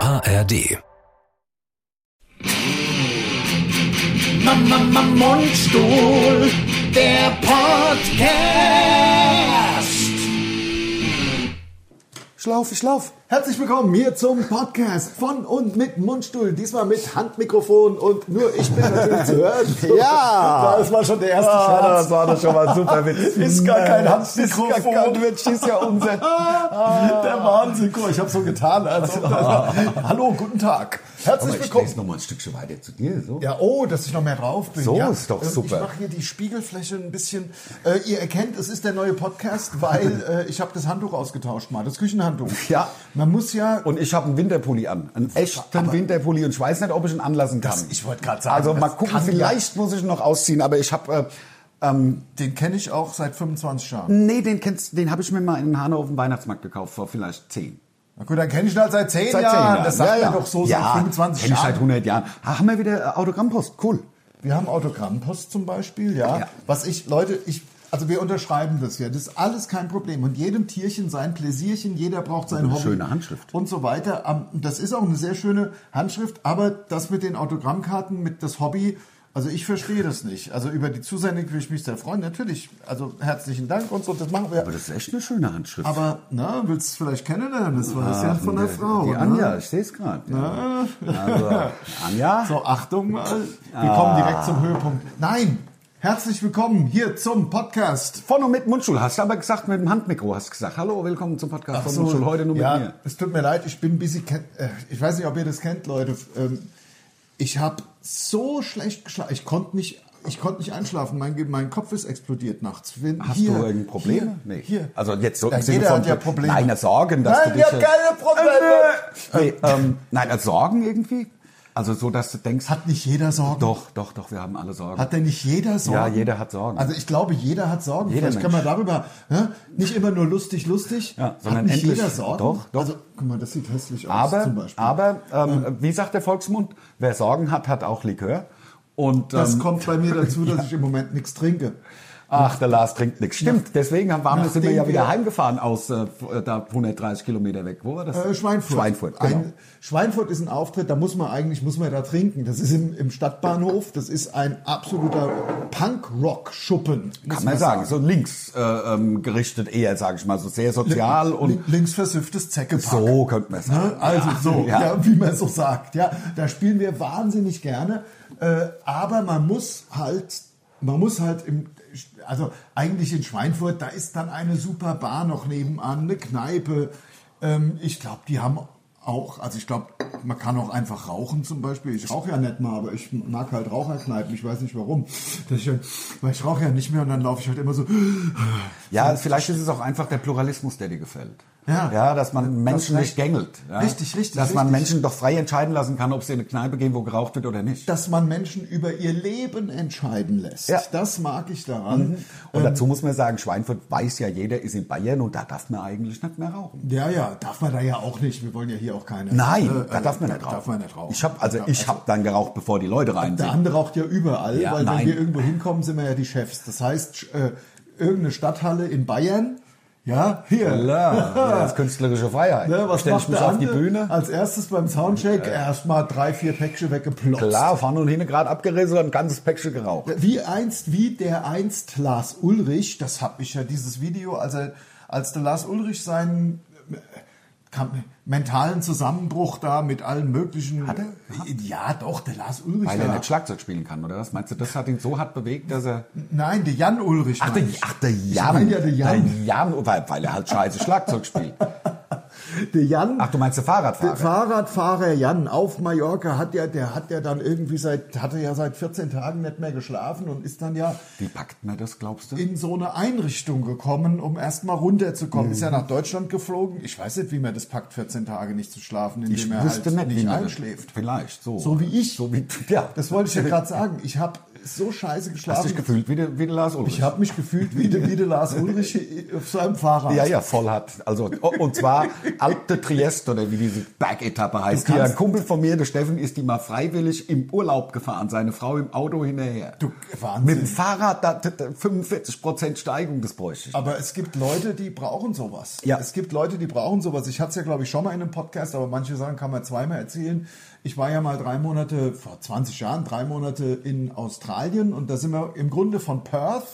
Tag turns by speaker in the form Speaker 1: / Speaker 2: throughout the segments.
Speaker 1: ARD.
Speaker 2: Mama, Mama, Mundstuhl, der Podcast.
Speaker 3: Schlauf, ich schlauf. Herzlich willkommen hier zum Podcast von und mit Mundstuhl. Diesmal mit Handmikrofon und nur ich bin natürlich zu hören.
Speaker 4: Ja.
Speaker 3: Das war schon der erste
Speaker 4: Ah,
Speaker 3: Scherz.
Speaker 4: das war doch schon mal ein super Witz.
Speaker 3: Ist gar kein
Speaker 4: Äh, Ist gar
Speaker 3: Handmikrofon.
Speaker 4: kein Witz, ist ja Unsinn.
Speaker 3: Der Wahnsinn. Guck, mal, ich habe so getan. Als ob das war. Hallo, guten Tag. Herzlich
Speaker 4: Aber ich
Speaker 3: willkommen.
Speaker 4: lese noch mal ein Stückchen weiter zu dir. So.
Speaker 3: Ja, oh, dass ich noch mehr drauf bin.
Speaker 4: So
Speaker 3: ja.
Speaker 4: ist doch
Speaker 3: Ähm,
Speaker 4: super.
Speaker 3: Ich mache hier die Spiegelfläche ein bisschen. Äh, ihr erkennt, es ist der neue Podcast, weil äh, ich habe das Handtuch ausgetauscht mal, das Küchenhandtuch.
Speaker 4: Ja.
Speaker 3: Man muss ja
Speaker 4: Und ich habe einen Winterpulli an. Einen echten
Speaker 3: Aber-
Speaker 4: Winterpulli. Und ich weiß nicht, ob ich ihn anlassen kann.
Speaker 3: Das- ich wollte gerade sagen,
Speaker 4: Also mal
Speaker 3: das
Speaker 4: gucken,
Speaker 3: kann ja-
Speaker 4: vielleicht muss ich ihn noch ausziehen. Aber ich habe... Äh, ähm,
Speaker 3: den kenne ich auch seit 25 Jahren.
Speaker 4: nee, den, kennst- den habe ich mir mal in Hanau auf dem Weihnachtsmarkt gekauft. Vor vielleicht zehn.
Speaker 3: Na gut, dann kenne ich ihn halt seit zehn
Speaker 4: Seit
Speaker 3: Jahren.
Speaker 4: zehn Jahren.
Speaker 3: Das sagt
Speaker 4: ja,
Speaker 3: man
Speaker 4: ja.
Speaker 3: doch so
Speaker 4: ja,
Speaker 3: seit 25
Speaker 4: kenn ich seit
Speaker 3: Jahren.
Speaker 4: 100 Jahren. Ah, haben wir wieder äh, Autogrammpost. Cool.
Speaker 3: Wir haben Autogrammpost zum Beispiel, ja.
Speaker 4: Ja.
Speaker 3: Was ich, Leute, ich, also wir unterschreiben das ja. Das ist alles kein Problem. Und jedem Tierchen sein Pläsierchen, jeder braucht sein
Speaker 4: eine
Speaker 3: Hobby.
Speaker 4: schöne Handschrift.
Speaker 3: Und so weiter. Am- Das ist auch eine sehr schöne Handschrift, aber das mit den Autogrammkarten, mit das Hobby, also ich verstehe das nicht. Also über die Zusendung würde ich mich sehr freuen. Natürlich, also herzlichen Dank und so, das machen wir.
Speaker 4: Aber das ist echt eine schöne Handschrift.
Speaker 3: Aber, na, willst du es vielleicht kennenlernen? Das war das ja von der
Speaker 4: Die-
Speaker 3: Frau.
Speaker 4: Die Anja,
Speaker 3: ne?
Speaker 4: ich sehe es gerade. Ja. Also, Anja,
Speaker 3: So, Achtung mal.
Speaker 4: Ah.
Speaker 3: Wir kommen direkt zum Höhepunkt. Nein! Herzlich willkommen hier zum Podcast.
Speaker 4: von und mit Mundschul, hast du aber gesagt, mit dem Handmikro hast du gesagt. Hallo, willkommen zum Podcast von Mundschul, heute nur
Speaker 3: ja,
Speaker 4: mit mir.
Speaker 3: Es tut mir leid, ich bin ein bisschen. ke- äh, Ich weiß nicht, ob ihr das kennt, Leute. Ähm, Ich habe so schlecht geschlafen. Ich konnte nicht. Ich konnte nicht einschlafen. Mein, Ge- mein Kopf ist explodiert nachts. Wenn-
Speaker 4: Hast du irgendein Problem?
Speaker 3: Hier, hier.
Speaker 4: Also jetzt so
Speaker 3: Ja,
Speaker 4: im Sinne
Speaker 3: jeder
Speaker 4: von-
Speaker 3: hat ja Probleme.
Speaker 4: Nein, als Sorgen, dass
Speaker 3: Nein,
Speaker 4: du dich...
Speaker 3: ich hab keine Probleme.
Speaker 4: Äh, nee, ähm, nein, als Sorgen irgendwie? Also so, dass du denkst...
Speaker 3: Hat nicht jeder Sorgen?
Speaker 4: Doch, doch, doch, wir haben alle Sorgen.
Speaker 3: Hat denn nicht jeder Sorgen?
Speaker 4: Ja, jeder hat Sorgen.
Speaker 3: Also ich glaube, jeder hat Sorgen.
Speaker 4: Jeder
Speaker 3: Vielleicht kann man
Speaker 4: Mensch.
Speaker 3: darüber ne? nicht immer nur lustig, lustig.
Speaker 4: Ja,
Speaker 3: hat
Speaker 4: sondern
Speaker 3: nicht
Speaker 4: endlich-
Speaker 3: jeder Sorgen.
Speaker 4: Doch, doch.
Speaker 3: Also guck mal, das sieht hässlich aus zum
Speaker 4: aber
Speaker 3: Beispiel.
Speaker 4: aber ähm, wie sagt der Volksmund, wer Sorgen hat, hat auch Likör. Und,
Speaker 3: das
Speaker 4: ähm,
Speaker 3: kommt bei mir dazu, dass ich im Moment nichts trinke.
Speaker 4: Ach, der Lars trinkt nichts. Stimmt, deswegen haben- waren wir, sind wir
Speaker 3: Nachdem
Speaker 4: ja wieder
Speaker 3: wir-
Speaker 4: heimgefahren aus äh, da 130 Kilometer weg. Wo war das?
Speaker 3: Äh, Schweinfurt.
Speaker 4: Schweinfurt, genau.
Speaker 3: Ein, Schweinfurt ist ein Auftritt, da muss man eigentlich, muss man da trinken. Das ist im, im Stadtbahnhof, das ist ein absoluter Punk-Rock-Schuppen. muss
Speaker 4: Kann man sagen, so links äh, ähm, gerichtet eher, sage ich mal, so sehr sozial
Speaker 3: Li-
Speaker 4: und
Speaker 3: links versüfftes Zeckepack.
Speaker 4: so könnte man sagen.
Speaker 3: Ne? Also so, ja.
Speaker 4: Ja.
Speaker 3: wie man so sagt. Ja, da spielen wir wahnsinnig gerne, äh, aber man muss halt, man muss halt im, also eigentlich in Schweinfurt, da ist dann eine super Bar noch nebenan, eine Kneipe. Ähm, ich glaube, die haben auch, also ich glaube, man kann auch einfach rauchen zum Beispiel. Ich rauche ja nicht mal, aber ich mag halt Raucherkneipen. Ich weiß nicht warum. Dass ich, halt- weil ich rauche ja nicht mehr und dann laufe ich halt immer so.
Speaker 4: Ja, vielleicht ist es auch einfach der Pluralismus, der dir gefällt.
Speaker 3: Ja.
Speaker 4: ja, dass man Menschen
Speaker 3: recht.
Speaker 4: nicht gängelt. Ja?
Speaker 3: Richtig, richtig,
Speaker 4: Dass man
Speaker 3: richtig.
Speaker 4: Menschen doch frei entscheiden lassen kann, ob sie in eine Kneipe gehen, wo geraucht wird oder nicht.
Speaker 3: dass man Menschen über ihr Leben entscheiden lässt.
Speaker 4: Ja. Mhm.
Speaker 3: Das mag ich daran.
Speaker 4: Und dazu muss man sagen, Schweinfurt weiß ja jeder, ist in Bayern und da darf man eigentlich nicht mehr rauchen.
Speaker 3: Ja, ja, darf man da ja auch nicht. Wir wollen ja hier auch keine.
Speaker 4: Nein,
Speaker 3: äh,
Speaker 4: da
Speaker 3: äh,
Speaker 4: darf man nicht
Speaker 3: da
Speaker 4: rauchen.
Speaker 3: Darf man nicht rauchen.
Speaker 4: Ich habe also
Speaker 3: Ja,
Speaker 4: ich habe dann geraucht, bevor die Leute rein
Speaker 3: Der
Speaker 4: sind.
Speaker 3: andere raucht ja überall,
Speaker 4: Ja,
Speaker 3: weil wenn
Speaker 4: nein.
Speaker 3: wir irgendwo hinkommen, sind wir ja die Chefs. Das heißt, sch- äh, irgendeine Stadthalle in Bayern, ja, hier.
Speaker 4: Ja, das ist künstlerische Freiheit.
Speaker 3: Ne, was
Speaker 4: Stell ich
Speaker 3: macht
Speaker 4: mich
Speaker 3: der
Speaker 4: auf die
Speaker 3: andere?
Speaker 4: Bühne. Äh.
Speaker 3: Als erstes beim Soundcheck erstmal drei, vier Päckchen weggeploppt.
Speaker 4: Klar, vorne und hinten gerade abgerissen und ein ganzes Päckchen geraucht.
Speaker 3: Wie einst, wie der einst Lars Ulrich, das hab ich ja dieses Video, als er, als der Lars Ulrich seinen äh, kam, mentalen Zusammenbruch da mit allen möglichen.
Speaker 4: Hat er?
Speaker 3: Ja, doch, der Lars Ulrich.
Speaker 4: Weil
Speaker 3: der,
Speaker 4: er nicht Schlagzeug spielen kann, oder was? Meinst du, das hat ihn so hart bewegt, dass er...
Speaker 3: nein, der Jan Ulrich.
Speaker 4: Ach, der,
Speaker 3: meine ich.
Speaker 4: ach, der
Speaker 3: Ich
Speaker 4: Jan.
Speaker 3: meine ja, der Jan.
Speaker 4: Der Jan, weil, weil er halt scheiße Schlagzeug spielt.
Speaker 3: Der Jan.
Speaker 4: Ach, du meinst der
Speaker 3: der
Speaker 4: Fahrradfahrer?
Speaker 3: Fahrradfahrer Jan auf Mallorca hat ja, der hat ja dann irgendwie seit, hatte ja seit 14 Tagen nicht mehr geschlafen und ist dann ja
Speaker 4: Wie packt man das, glaubst du?
Speaker 3: in so eine Einrichtung gekommen, um erstmal runterzukommen. Ist ja
Speaker 4: Mhm.
Speaker 3: nach Deutschland geflogen. Ich weiß nicht, wie man das packt, 14 Tage nicht zu schlafen, indem er halt nicht
Speaker 4: wie man das-
Speaker 3: einschläft.
Speaker 4: Vielleicht, so.
Speaker 3: So wie ich.
Speaker 4: So wie, ja.
Speaker 3: Das wollte ich ja gerade sagen. Ich habe so scheiße geschlafen.
Speaker 4: Hast du dich gefühlt wie, der- wie der Lars Ulrich?
Speaker 3: ich habe mich gefühlt wie, der- wie der Lars Ulrich auf seinem Fahrrad.
Speaker 4: Ja, ja, voll hat. Also, oh, und zwar Alp de Triest oder wie diese Bergetappe heißt. Hier, ein
Speaker 3: kannst-
Speaker 4: Kumpel von mir, der Steffen, ist die mal freiwillig im Urlaub gefahren, seine Frau im Auto hinterher.
Speaker 3: Du,
Speaker 4: Mit dem
Speaker 3: Wahnsinn.
Speaker 4: Fahrrad da, da, da, 45% Steigung, das bräuchte ich.
Speaker 3: Aber es gibt Leute, die brauchen sowas.
Speaker 4: Ja.
Speaker 3: Es gibt Leute, die brauchen sowas. Ich hatte es ja, glaube ich, schon mal in einem Podcast, aber manche Sachen kann man zweimal erzählen. Ich war ja mal drei Monate, vor 20 Jahren, drei Monate in Australien und da sind wir im Grunde von Perth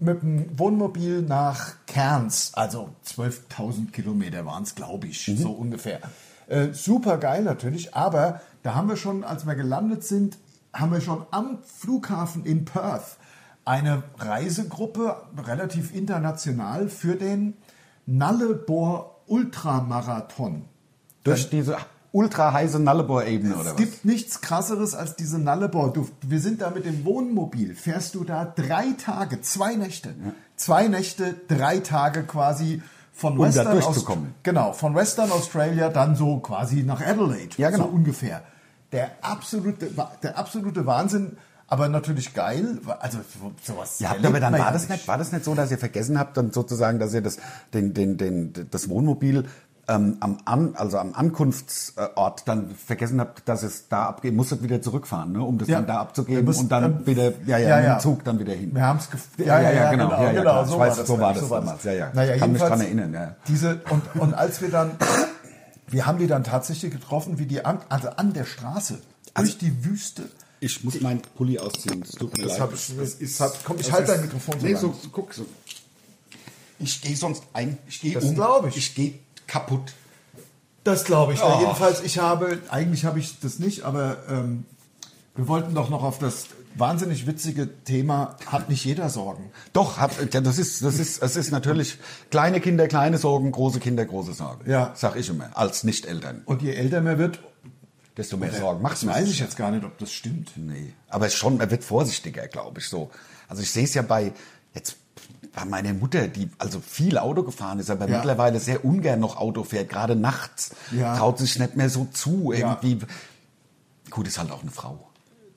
Speaker 3: mit dem Wohnmobil nach Cairns. Also 12.000 Kilometer waren es, glaube ich, so ungefähr. Äh, super geil natürlich, aber da haben wir schon, als wir gelandet sind, haben wir schon am Flughafen in Perth eine Reisegruppe, relativ international, für den Nullarbor Ultramarathon.
Speaker 4: Durch diese ultra heiße Nallebohr-Ebene oder
Speaker 3: Es
Speaker 4: was?
Speaker 3: gibt nichts krasseres als diese Nullarbor. Du, wir sind da mit dem Wohnmobil, fährst du da drei Tage, zwei Nächte, zwei Nächte, drei Tage quasi von
Speaker 4: Um da
Speaker 3: Western Aust-
Speaker 4: durchzukommen.
Speaker 3: Genau, von Western Australia dann so quasi nach Adelaide.
Speaker 4: Ja, genau.
Speaker 3: So ungefähr. Der absolute, der absolute Wahnsinn, aber natürlich geil. Also sowas.
Speaker 4: Ihr habt
Speaker 3: erlebt
Speaker 4: aber dann
Speaker 3: man
Speaker 4: war
Speaker 3: ja
Speaker 4: das nicht, war das nicht so, dass ihr vergessen habt, dann sozusagen, dass ihr das, den, den, den, das Wohnmobil ähm, am, An, also am Ankunftsort dann vergessen habt, dass es da abgeben, musstet wieder zurückfahren, ne, um das
Speaker 3: Ja.
Speaker 4: dann da abzugeben
Speaker 3: Ihr müsst
Speaker 4: und dann,
Speaker 3: dann-
Speaker 4: wieder, ja, ja,
Speaker 3: Ja,
Speaker 4: mit dem
Speaker 3: ja.
Speaker 4: Zug dann wieder hin.
Speaker 3: Wir haben es gef-
Speaker 4: Ja, ja, ja, genau, ja, ja, klar. Ich weiß, so war
Speaker 3: so
Speaker 4: das
Speaker 3: war
Speaker 4: damals. Ja, ja.
Speaker 3: Naja,
Speaker 4: Ich kann mich
Speaker 3: jedenfalls
Speaker 4: dran erinnern, ja.
Speaker 3: Diese, und, und als wir dann, wir haben die dann tatsächlich getroffen, wie die an, also an der Straße,
Speaker 4: Also
Speaker 3: durch die Wüste.
Speaker 4: Ich muss meinen Pulli ausziehen, das tut mir
Speaker 3: Das hab ich- das ist- hab- komm, ich halte dein Mikrofon so
Speaker 4: Nee,
Speaker 3: lang.
Speaker 4: so, guck so. Ich gehe sonst ein, ich gehe
Speaker 3: Das
Speaker 4: um,
Speaker 3: glaub ich.
Speaker 4: ich gehe kaputt.
Speaker 3: Das glaube ich. Na,
Speaker 4: Oh.
Speaker 3: Jedenfalls, ich habe, eigentlich habe ich das nicht, aber ähm, wir wollten doch noch auf das wahnsinnig witzige Thema, hat nicht jeder Sorgen.
Speaker 4: Doch, hat, ja, das ist, das ist, es ist natürlich kleine Kinder, kleine Sorgen, große Kinder, große Sorgen.
Speaker 3: Ja.
Speaker 4: Sag ich immer, als Nicht-Eltern.
Speaker 3: Und je älter man wird,
Speaker 4: Desto mehr Sorgen macht man.
Speaker 3: weiß
Speaker 4: sich.
Speaker 3: ich jetzt gar nicht, ob das stimmt.
Speaker 4: Nee. Aber schon, man wird vorsichtiger, glaube ich, so. Also ich sehe es ja bei, jetzt, bei meiner Mutter, die also viel Auto gefahren ist, aber
Speaker 3: Ja.
Speaker 4: mittlerweile sehr ungern noch Auto fährt, gerade nachts.
Speaker 3: Ja.
Speaker 4: Traut sich nicht mehr so zu,
Speaker 3: Ja.
Speaker 4: irgendwie. Gut, ist halt auch eine Frau.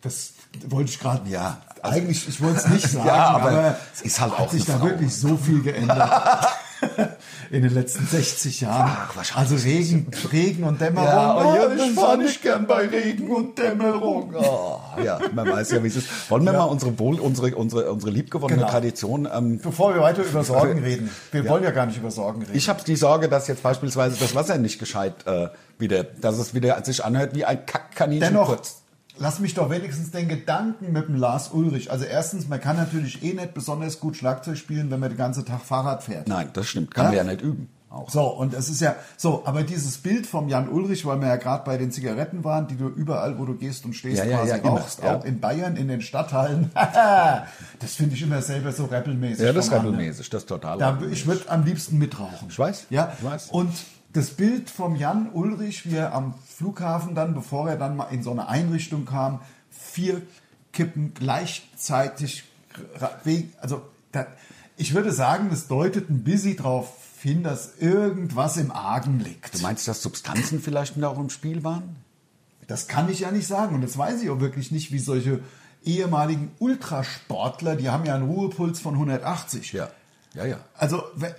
Speaker 3: Das wollte ich gerade.
Speaker 4: Ja, also-
Speaker 3: eigentlich, ich wollte es nicht sagen,
Speaker 4: Ja, aber
Speaker 3: aber,
Speaker 4: es ist halt
Speaker 3: hat
Speaker 4: auch
Speaker 3: sich
Speaker 4: eine
Speaker 3: da
Speaker 4: Frau.
Speaker 3: wirklich so viel geändert. In den letzten 60 Jahren.
Speaker 4: Ach, wahrscheinlich.
Speaker 3: also Regen, Regen und Dämmerung.
Speaker 4: Ja, und ja, das
Speaker 3: fahr
Speaker 4: war
Speaker 3: gern bei Regen und Dämmerung.
Speaker 4: Oh, ja, man weiß ja, wie es ist. Wollen wir mal unsere, Wohl, unsere, unsere, unsere liebgewonnene
Speaker 3: Genau.
Speaker 4: Tradition ähm,
Speaker 3: Bevor wir weiter über Sorgen reden, wir wollen ja gar nicht über Sorgen reden.
Speaker 4: Ich habe die Sorge, dass jetzt beispielsweise das Wasser nicht gescheit äh, wieder, dass es wieder sich anhört wie ein Kackkaninchen.
Speaker 3: Dennoch,
Speaker 4: kurz.
Speaker 3: lass mich doch wenigstens den Gedanken mit dem Lars Ulrich. Also erstens, man kann natürlich eh nicht besonders gut Schlagzeug spielen, wenn man den ganzen Tag Fahrrad fährt.
Speaker 4: Nein, das stimmt. Kann man ja nicht üben. Auch.
Speaker 3: So, und es ist ja so, aber dieses Bild vom Jan Ulrich, weil wir ja gerade bei den Zigaretten waren, die du überall, wo du gehst und stehst,
Speaker 4: Ja, ja,
Speaker 3: quasi
Speaker 4: ja, immer,
Speaker 3: rauchst,
Speaker 4: ja.
Speaker 3: auch in Bayern, in den Stadthallen, das finde ich immer selber so rappelmäßig.
Speaker 4: Ja, das ist
Speaker 3: vom Mann, ne?
Speaker 4: regelmäßig, das ist total.
Speaker 3: Da,
Speaker 4: regelmäßig.
Speaker 3: ich würde am liebsten mitrauchen.
Speaker 4: Ich weiß,
Speaker 3: Ja,
Speaker 4: ich weiß.
Speaker 3: Und das Bild vom Jan Ulrich, wie er am Flughafen dann, bevor er dann mal in so eine Einrichtung kam, vier Kippen gleichzeitig, ra- we- also da, ich würde sagen, das deutet ein bisschen drauf hin, dass irgendwas im Argen liegt.
Speaker 4: du meinst, dass Substanzen vielleicht mit auch im Spiel waren?
Speaker 3: Das kann ich ja nicht sagen. Und das weiß ich auch wirklich nicht, wie solche ehemaligen Ultrasportler, die haben ja einen Ruhepuls von 180.
Speaker 4: ja, ja.
Speaker 3: Also we-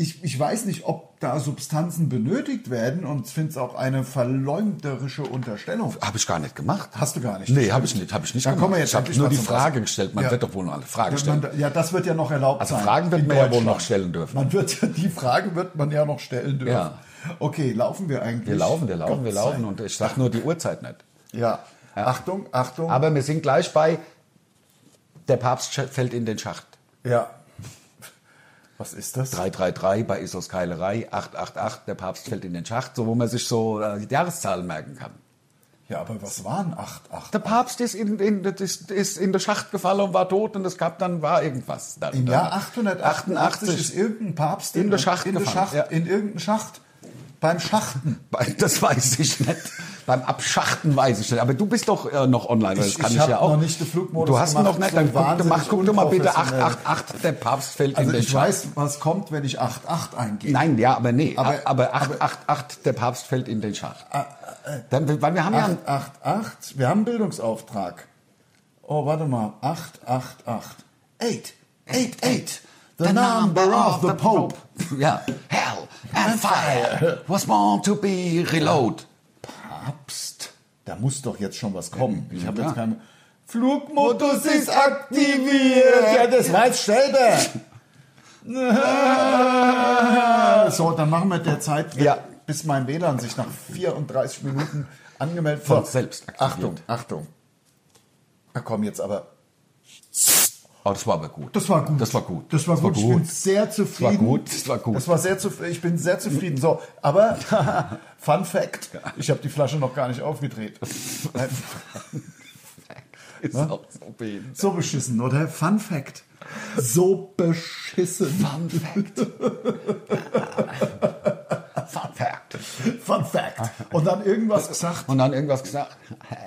Speaker 3: ich, ich weiß nicht, ob da Substanzen benötigt werden und finde es auch eine verleumderische Unterstellung.
Speaker 4: Habe ich gar nicht gemacht.
Speaker 3: Hast du gar nicht.
Speaker 4: Nee, habe ich nicht, habe ich nicht
Speaker 3: Dann
Speaker 4: gemacht.
Speaker 3: kommen wir jetzt
Speaker 4: ich habe
Speaker 3: endlich
Speaker 4: nur
Speaker 3: mal
Speaker 4: die
Speaker 3: zum
Speaker 4: Frage
Speaker 3: Wasser.
Speaker 4: gestellt. Man
Speaker 3: Ja.
Speaker 4: wird doch wohl noch eine Frage
Speaker 3: Ja,
Speaker 4: stellen.
Speaker 3: man, ja, das wird ja noch erlaubt
Speaker 4: Also
Speaker 3: sein.
Speaker 4: Fragen wird
Speaker 3: in
Speaker 4: man ja wohl
Speaker 3: Deutschland.
Speaker 4: noch stellen dürfen.
Speaker 3: Man wird, ja- die Frage wird man ja noch stellen dürfen.
Speaker 4: Ja.
Speaker 3: Okay, laufen wir eigentlich?
Speaker 4: wir laufen, wir laufen, wir
Speaker 3: Gott sei-
Speaker 4: laufen. Und ich sage nur die Uhrzeit nicht.
Speaker 3: Ja. Achtung, Achtung.
Speaker 4: Aber wir sind gleich bei, der Papst fällt in den Schacht.
Speaker 3: ja. Was ist das?
Speaker 4: 333 bei Isos Keilerei, 888, der Papst fällt in den Schacht, so wo man sich so äh, die Jahreszahlen merken kann.
Speaker 3: Ja, aber was waren acht, acht?
Speaker 4: Der Papst ist in, in, ist, ist in den Schacht gefallen und war tot und es gab dann, war irgendwas. Dann,
Speaker 3: Im Jahr
Speaker 4: dann-
Speaker 3: 888 ist irgendein Papst
Speaker 4: In der Schacht
Speaker 3: in, der
Speaker 4: gefallen,
Speaker 3: Schacht,
Speaker 4: ja.
Speaker 3: in irgendeinen Schacht beim Schachten.
Speaker 4: Bei- Das weiß ich nicht. Beim Abschachten weiß ich nicht. Aber du bist doch äh, noch online. weil
Speaker 3: Ich-
Speaker 4: das kann ich,
Speaker 3: ich hab
Speaker 4: ja auch.
Speaker 3: noch nicht den Flugmodus
Speaker 4: Du hast ihn
Speaker 3: gemacht,
Speaker 4: noch nicht.
Speaker 3: so
Speaker 4: Dann guck,
Speaker 3: wahnsinnig
Speaker 4: mach, guck doch mal bitte
Speaker 3: unprofessionell.
Speaker 4: 888, der Papst fällt
Speaker 3: Also
Speaker 4: in den
Speaker 3: ich
Speaker 4: Schacht.
Speaker 3: weiß, was kommt, wenn ich 8,8 eingebe.
Speaker 4: Nein, ja, aber nee.
Speaker 3: Aber- Ah,
Speaker 4: Aber, aber 888, der Papst fällt in den Schacht. Dann, weil wir haben ja
Speaker 3: 8,8, wir haben einen Bildungsauftrag. oh, warte mal, 888. 8, 8, 8. The number of the Pope.
Speaker 4: Ja. Hell and fire was born to be reload.
Speaker 3: Papst? Da muss doch jetzt schon was kommen. Ich habe
Speaker 4: Ja.
Speaker 3: jetzt keinen... Flugmodus ist aktiviert. Ja, das weiß Stelter. So, dann machen wir derzeit,
Speaker 4: Ja.
Speaker 3: bis mein WLAN sich nach 34 Minuten angemeldet hat.
Speaker 4: Von selbst aktiviert.
Speaker 3: Achtung, Achtung. Na komm jetzt aber.
Speaker 4: Oh, das war aber gut.
Speaker 3: Das war gut.
Speaker 4: Das war gut.
Speaker 3: Das war gut. Ich bin sehr zufrieden.
Speaker 4: Das war gut. Das war gut.
Speaker 3: Das war sehr zufrieden. Ich bin sehr zufrieden. So, aber Fun Fact: Ich habe die Flasche noch gar nicht aufgedreht.
Speaker 4: ist
Speaker 3: ne?
Speaker 4: auch so behindert.
Speaker 3: So beschissen, oder? Fun Fact. So beschissen. Fun Fact.
Speaker 4: Fun Fact.
Speaker 3: Fun Fact. Und dann irgendwas gesagt.
Speaker 4: Und dann irgendwas gesagt.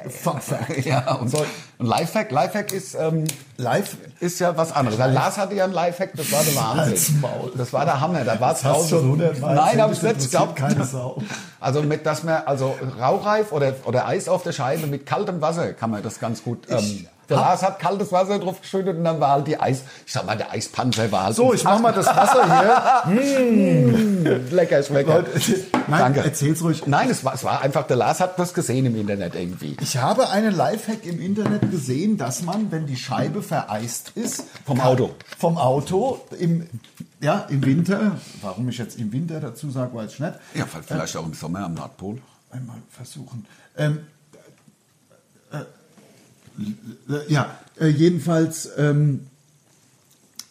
Speaker 3: Fun Fact.
Speaker 4: Ja, und, so, und Lifehack, Lifehack ist, ähm,
Speaker 3: Live.
Speaker 4: ist ja was anderes. Weil Lars hatte ja ein Lifehack, das war der
Speaker 3: Als
Speaker 4: Wahnsinn.
Speaker 3: Maul.
Speaker 4: Das war der Hammer, da war es
Speaker 3: Das hast du schon hundertmal
Speaker 4: Nein,
Speaker 3: erzählt,
Speaker 4: habe ich
Speaker 3: das
Speaker 4: nicht
Speaker 3: interessiert
Speaker 4: geglaubt.
Speaker 3: keine Sau.
Speaker 4: Also mit, dass man, also Raureif oder, oder Eis auf der Scheibe mit kaltem Wasser kann man das ganz gut. Ähm, der Lars hat kaltes Wasser drauf geschüttet und dann war halt die Eis, ich sag mal, der Eispanzer war halt.
Speaker 3: So, ich mach mal das Wasser hier.
Speaker 4: lecker, schmeckt.
Speaker 3: Leute, nein,
Speaker 4: Danke.
Speaker 3: erzähl's ruhig.
Speaker 4: Nein, es war, es war einfach, der Lars hat das gesehen im Internet irgendwie.
Speaker 3: Ich habe einen Lifehack im Internet gesehen, dass man, wenn die Scheibe vereist ist,
Speaker 4: Vom Auto.
Speaker 3: vom Auto im, ja, im Winter, warum ich jetzt im Winter dazu sage, weiß ich nicht,
Speaker 4: Ja, vielleicht auch im Sommer am Nordpol.
Speaker 3: einmal versuchen. Ähm, äh, äh, ja, äh, jedenfalls ähm,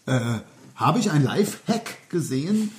Speaker 3: äh, habe ich ein Live-Hack gesehen,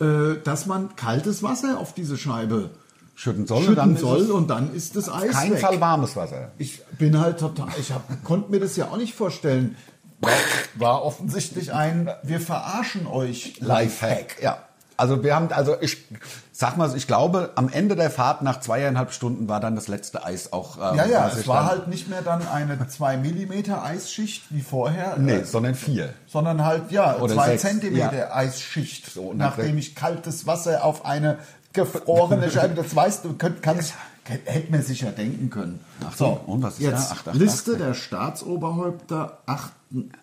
Speaker 3: äh, dass man kaltes Wasser auf diese Scheibe
Speaker 4: Schütten soll, und
Speaker 3: schütten
Speaker 4: dann ist
Speaker 3: soll
Speaker 4: es
Speaker 3: und dann ist das Eis
Speaker 4: Kein
Speaker 3: weg.
Speaker 4: Fall warmes Wasser.
Speaker 3: Ich bin halt total, ich hab, konnte mir das ja auch nicht vorstellen. War, war offensichtlich ein, wir verarschen euch Lifehack.
Speaker 4: Ja. Also wir haben, also ich sag mal, so, ich glaube, am Ende der Fahrt nach zweieinhalb Stunden war dann das letzte Eis auch. ähm,
Speaker 3: Ja, ja,
Speaker 4: was
Speaker 3: es
Speaker 4: ich
Speaker 3: war
Speaker 4: dann-
Speaker 3: halt nicht mehr dann eine 2 mm Eisschicht wie vorher,
Speaker 4: Nee,
Speaker 3: äh,
Speaker 4: sondern vier.
Speaker 3: sondern halt, ja,
Speaker 4: Oder
Speaker 3: 2
Speaker 4: sechs,
Speaker 3: cm
Speaker 4: ja.
Speaker 3: Eisschicht.
Speaker 4: So, und dann
Speaker 3: nachdem
Speaker 4: vielleicht-
Speaker 3: ich kaltes Wasser auf eine gefrorene Scheibe, das weißt du, könnt, kannst, hätte man sich ja denken können.
Speaker 4: Ach so, und was ist da?
Speaker 3: jetzt
Speaker 4: 888?
Speaker 3: Liste der Staatsoberhäupter 8,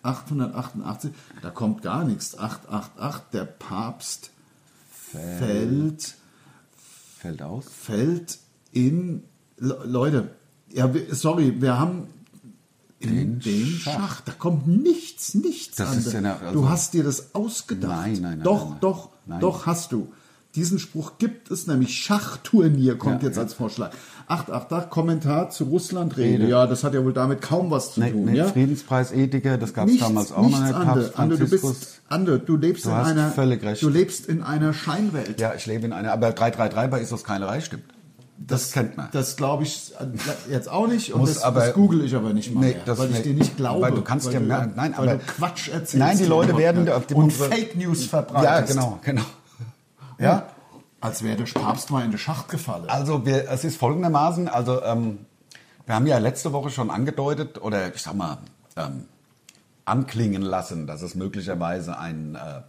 Speaker 3: 888, da kommt gar nichts. 888, der Papst fällt
Speaker 4: Fällt aus.
Speaker 3: fällt in. Le- Leute, ja, wir- sorry, wir haben in den, Schacht. Da kommt nichts, nichts.
Speaker 4: Das
Speaker 3: an.
Speaker 4: ist ja eine- also-
Speaker 3: du hast dir das ausgedacht.
Speaker 4: Nein, nein, nein,
Speaker 3: Doch,
Speaker 4: nein, nein.
Speaker 3: doch,
Speaker 4: Nein.
Speaker 3: doch hast du. Diesen Spruch gibt es nämlich. Schachturnier kommt
Speaker 4: Ja,
Speaker 3: jetzt
Speaker 4: ja.
Speaker 3: als Vorschlag. 888 Kommentar zu Russlandrede. Ja, das hat ja wohl damit kaum was zu
Speaker 4: Nee,
Speaker 3: tun.
Speaker 4: nee,
Speaker 3: ja?
Speaker 4: Friedenspreis Ethiker, das gab es damals auch noch
Speaker 3: nichts
Speaker 4: nicht.
Speaker 3: Ande,
Speaker 4: Papst
Speaker 3: Ande, du
Speaker 4: Franziskus.
Speaker 3: bist Ande, du lebst
Speaker 4: Du
Speaker 3: in
Speaker 4: hast
Speaker 3: einer
Speaker 4: völlig recht.
Speaker 3: du lebst in einer Scheinwelt.
Speaker 4: Ja, ich lebe in einer, aber 333 bei Isos Keilerei stimmt. Das, kennt man.
Speaker 3: Das glaube ich jetzt auch nicht und
Speaker 4: Muss
Speaker 3: das,
Speaker 4: aber-
Speaker 3: das google ich aber nicht mal
Speaker 4: Nee,
Speaker 3: mehr,
Speaker 4: das-
Speaker 3: weil ich
Speaker 4: nee,
Speaker 3: dir nicht glaube.
Speaker 4: weil du kannst ja merken- nein,
Speaker 3: weil
Speaker 4: aber-
Speaker 3: du Quatsch erzählst.
Speaker 4: Nein, die Leute werden auf
Speaker 3: und
Speaker 4: dem- unsere-
Speaker 3: Fake News
Speaker 4: ja,
Speaker 3: verbreitest.
Speaker 4: genau, genau.
Speaker 3: Ja? Als wäre der Papst mal in den Schacht gefallen.
Speaker 4: Also wir, es ist folgendermaßen, also ähm, wir haben ja letzte Woche schon angedeutet oder ich sag mal ähm, anklingen lassen, dass es möglicherweise ein, äh,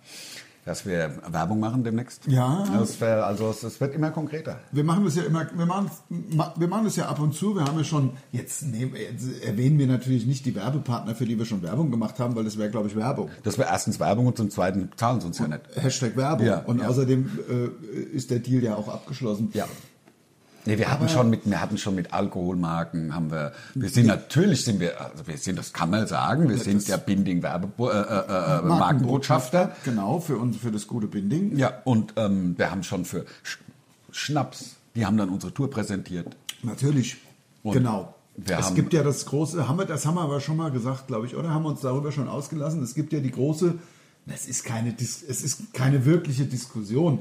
Speaker 4: dass wir Werbung machen demnächst.
Speaker 3: Ja.
Speaker 4: Das wär, also es, es wird immer konkreter.
Speaker 3: Wir machen das ja immer, wir machen, wir machen das ja ab und zu. Wir haben ja schon, jetzt, nehmen, jetzt erwähnen wir natürlich nicht die Werbepartner, für die wir schon Werbung gemacht haben, weil das wäre, glaube ich, Werbung.
Speaker 4: Das wäre erstens Werbung und zum Zweiten zahlen sie uns ja nicht.
Speaker 3: Hashtag Werbung.
Speaker 4: Ja,
Speaker 3: und
Speaker 4: ja.
Speaker 3: außerdem äh, ist der Deal ja auch abgeschlossen.
Speaker 4: Ja. Nee, wir hatten schon mit, wir hatten schon mit Alkoholmarken, haben wir, wir sind natürlich sind wir, also wir sind, das kann man sagen, wir sind ja Binding Werbe, äh, äh, äh, Markenbotschafter.
Speaker 3: Genau, für, uns, für das gute Binding.
Speaker 4: Ja, und ähm, wir haben schon für Sch Schnaps, die haben dann unsere Tour präsentiert.
Speaker 3: Natürlich.
Speaker 4: Und
Speaker 3: genau.
Speaker 4: wir
Speaker 3: es
Speaker 4: haben-
Speaker 3: gibt ja das große, haben wir, das haben wir aber schon mal gesagt, glaube ich, oder haben wir uns darüber schon ausgelassen? Es gibt ja die große, es ist keine, Dis, es ist keine wirkliche Diskussion.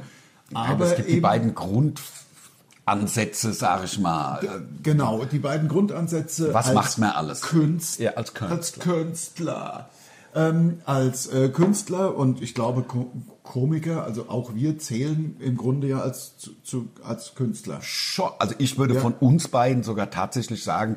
Speaker 3: Aber
Speaker 4: es gibt
Speaker 3: eben,
Speaker 4: die beiden Grundansätze, sage ich mal.
Speaker 3: Genau, die beiden Grundansätze.
Speaker 4: Was
Speaker 3: als
Speaker 4: macht man alles?
Speaker 3: Künst,
Speaker 4: Ja, als Künstler.
Speaker 3: Als Künstler. Ähm, als äh, Künstler und ich glaube Ko Komiker, also auch wir zählen im Grunde ja als, zu, zu, als Künstler.
Speaker 4: Schon, also ich würde
Speaker 3: Ja.
Speaker 4: von uns beiden sogar tatsächlich sagen,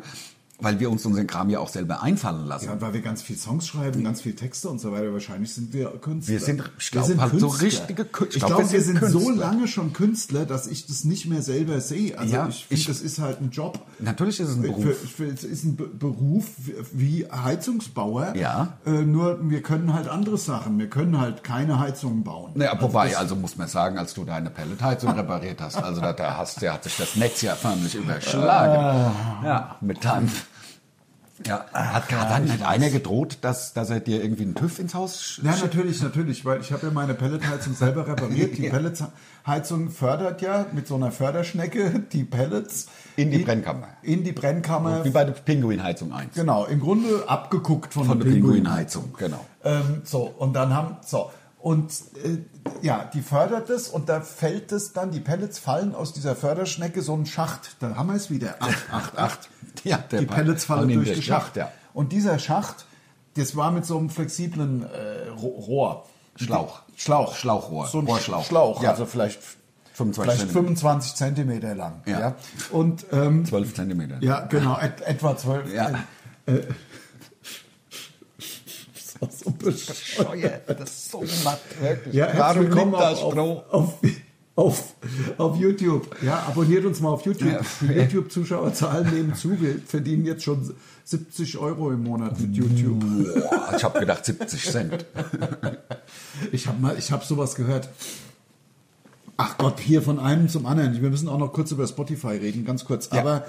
Speaker 4: weil wir uns unseren Kram ja auch selber einfallen lassen.
Speaker 3: Ja, und weil wir ganz viel Songs schreiben, ganz viel Texte und so weiter, wahrscheinlich sind wir Künstler.
Speaker 4: Wir sind, ich glaub, halt so richtige Kün-
Speaker 3: Ich,
Speaker 4: ich glaub,
Speaker 3: glaube,
Speaker 4: wir
Speaker 3: wir
Speaker 4: sind
Speaker 3: sind so
Speaker 4: Künstler.
Speaker 3: lange schon Künstler, dass ich das nicht mehr selber sehe. Also
Speaker 4: Ja,
Speaker 3: ich finde,
Speaker 4: ich-
Speaker 3: das ist halt ein Job.
Speaker 4: Natürlich ist es ein
Speaker 3: Für,
Speaker 4: Beruf.
Speaker 3: für, es ist ein Be- Beruf wie Heizungsbauer.
Speaker 4: Ja.
Speaker 3: Äh, nur wir können halt andere Sachen. Wir können halt keine Heizungen bauen.
Speaker 4: Naja, wobei, also muss man sagen, als du deine Pelletheizung repariert hast, also da, da hast, ja, hat sich das Netz ja förmlich überschlagen.
Speaker 3: Ah.
Speaker 4: Ja, mit deinem. Ja, hat, hat dann
Speaker 3: Ah.
Speaker 4: nicht einer gedroht, dass, dass er dir irgendwie einen TÜV ins Haus sch-
Speaker 3: Ja, natürlich, natürlich, weil ich habe ja meine Pelletheizung selber repariert. Die Pelletheizung fördert ja mit so einer Förderschnecke die Pellets
Speaker 4: in die Brennkammer?
Speaker 3: in die Brennkammer.
Speaker 4: Wie bei der Pinguinheizung 1.
Speaker 3: Genau, im Grunde abgeguckt von,
Speaker 4: Von
Speaker 3: der
Speaker 4: der
Speaker 3: Pinguinheizung.
Speaker 4: Pinguinheizung, genau.
Speaker 3: Ähm, so, und dann haben, so, und äh, ja, die fördert es und da fällt es dann, die Pellets fallen aus dieser Förderschnecke so einen Schacht. Da haben wir es wieder. 8, 8, 8.
Speaker 4: Ja, der
Speaker 3: die
Speaker 4: Pa-
Speaker 3: Pellets
Speaker 4: fallen
Speaker 3: fallen
Speaker 4: in
Speaker 3: durch
Speaker 4: den
Speaker 3: den
Speaker 4: Schacht,
Speaker 3: Schacht.
Speaker 4: ja.
Speaker 3: Und dieser Schacht, das war mit so einem flexiblen äh, Ro- Rohr.
Speaker 4: Schlauch.
Speaker 3: Schlauch.
Speaker 4: Schlauchrohr.
Speaker 3: So ein
Speaker 4: Rohrschlauch.
Speaker 3: Schlauch,
Speaker 4: Ja.
Speaker 3: also vielleicht,
Speaker 4: 25
Speaker 3: vielleicht
Speaker 4: Zentimeter.
Speaker 3: 25 Zentimeter lang.
Speaker 4: Ja.
Speaker 3: Und ähm,
Speaker 4: 12 Zentimeter.
Speaker 3: ja, genau, et, etwa zwölf. äh,
Speaker 4: Ja.
Speaker 3: Das ist so bescheuert.
Speaker 4: Das ist so matt, wirklich.
Speaker 3: Ja, herzlich willkommen
Speaker 4: liegt
Speaker 3: auf,
Speaker 4: Stroh?
Speaker 3: auf, auf, auf, auf YouTube. Ja, abonniert uns mal auf YouTube. Die YouTube-Zuschauerzahlen nehmen zu. Wir verdienen jetzt schon 70 Euro im Monat mit YouTube.
Speaker 4: Boah, ich habe gedacht 70 Cent.
Speaker 3: Ich habe mal, ich habe sowas gehört. Ach Gott, hier von einem zum anderen. Wir müssen auch noch kurz über Spotify reden, ganz kurz. Aber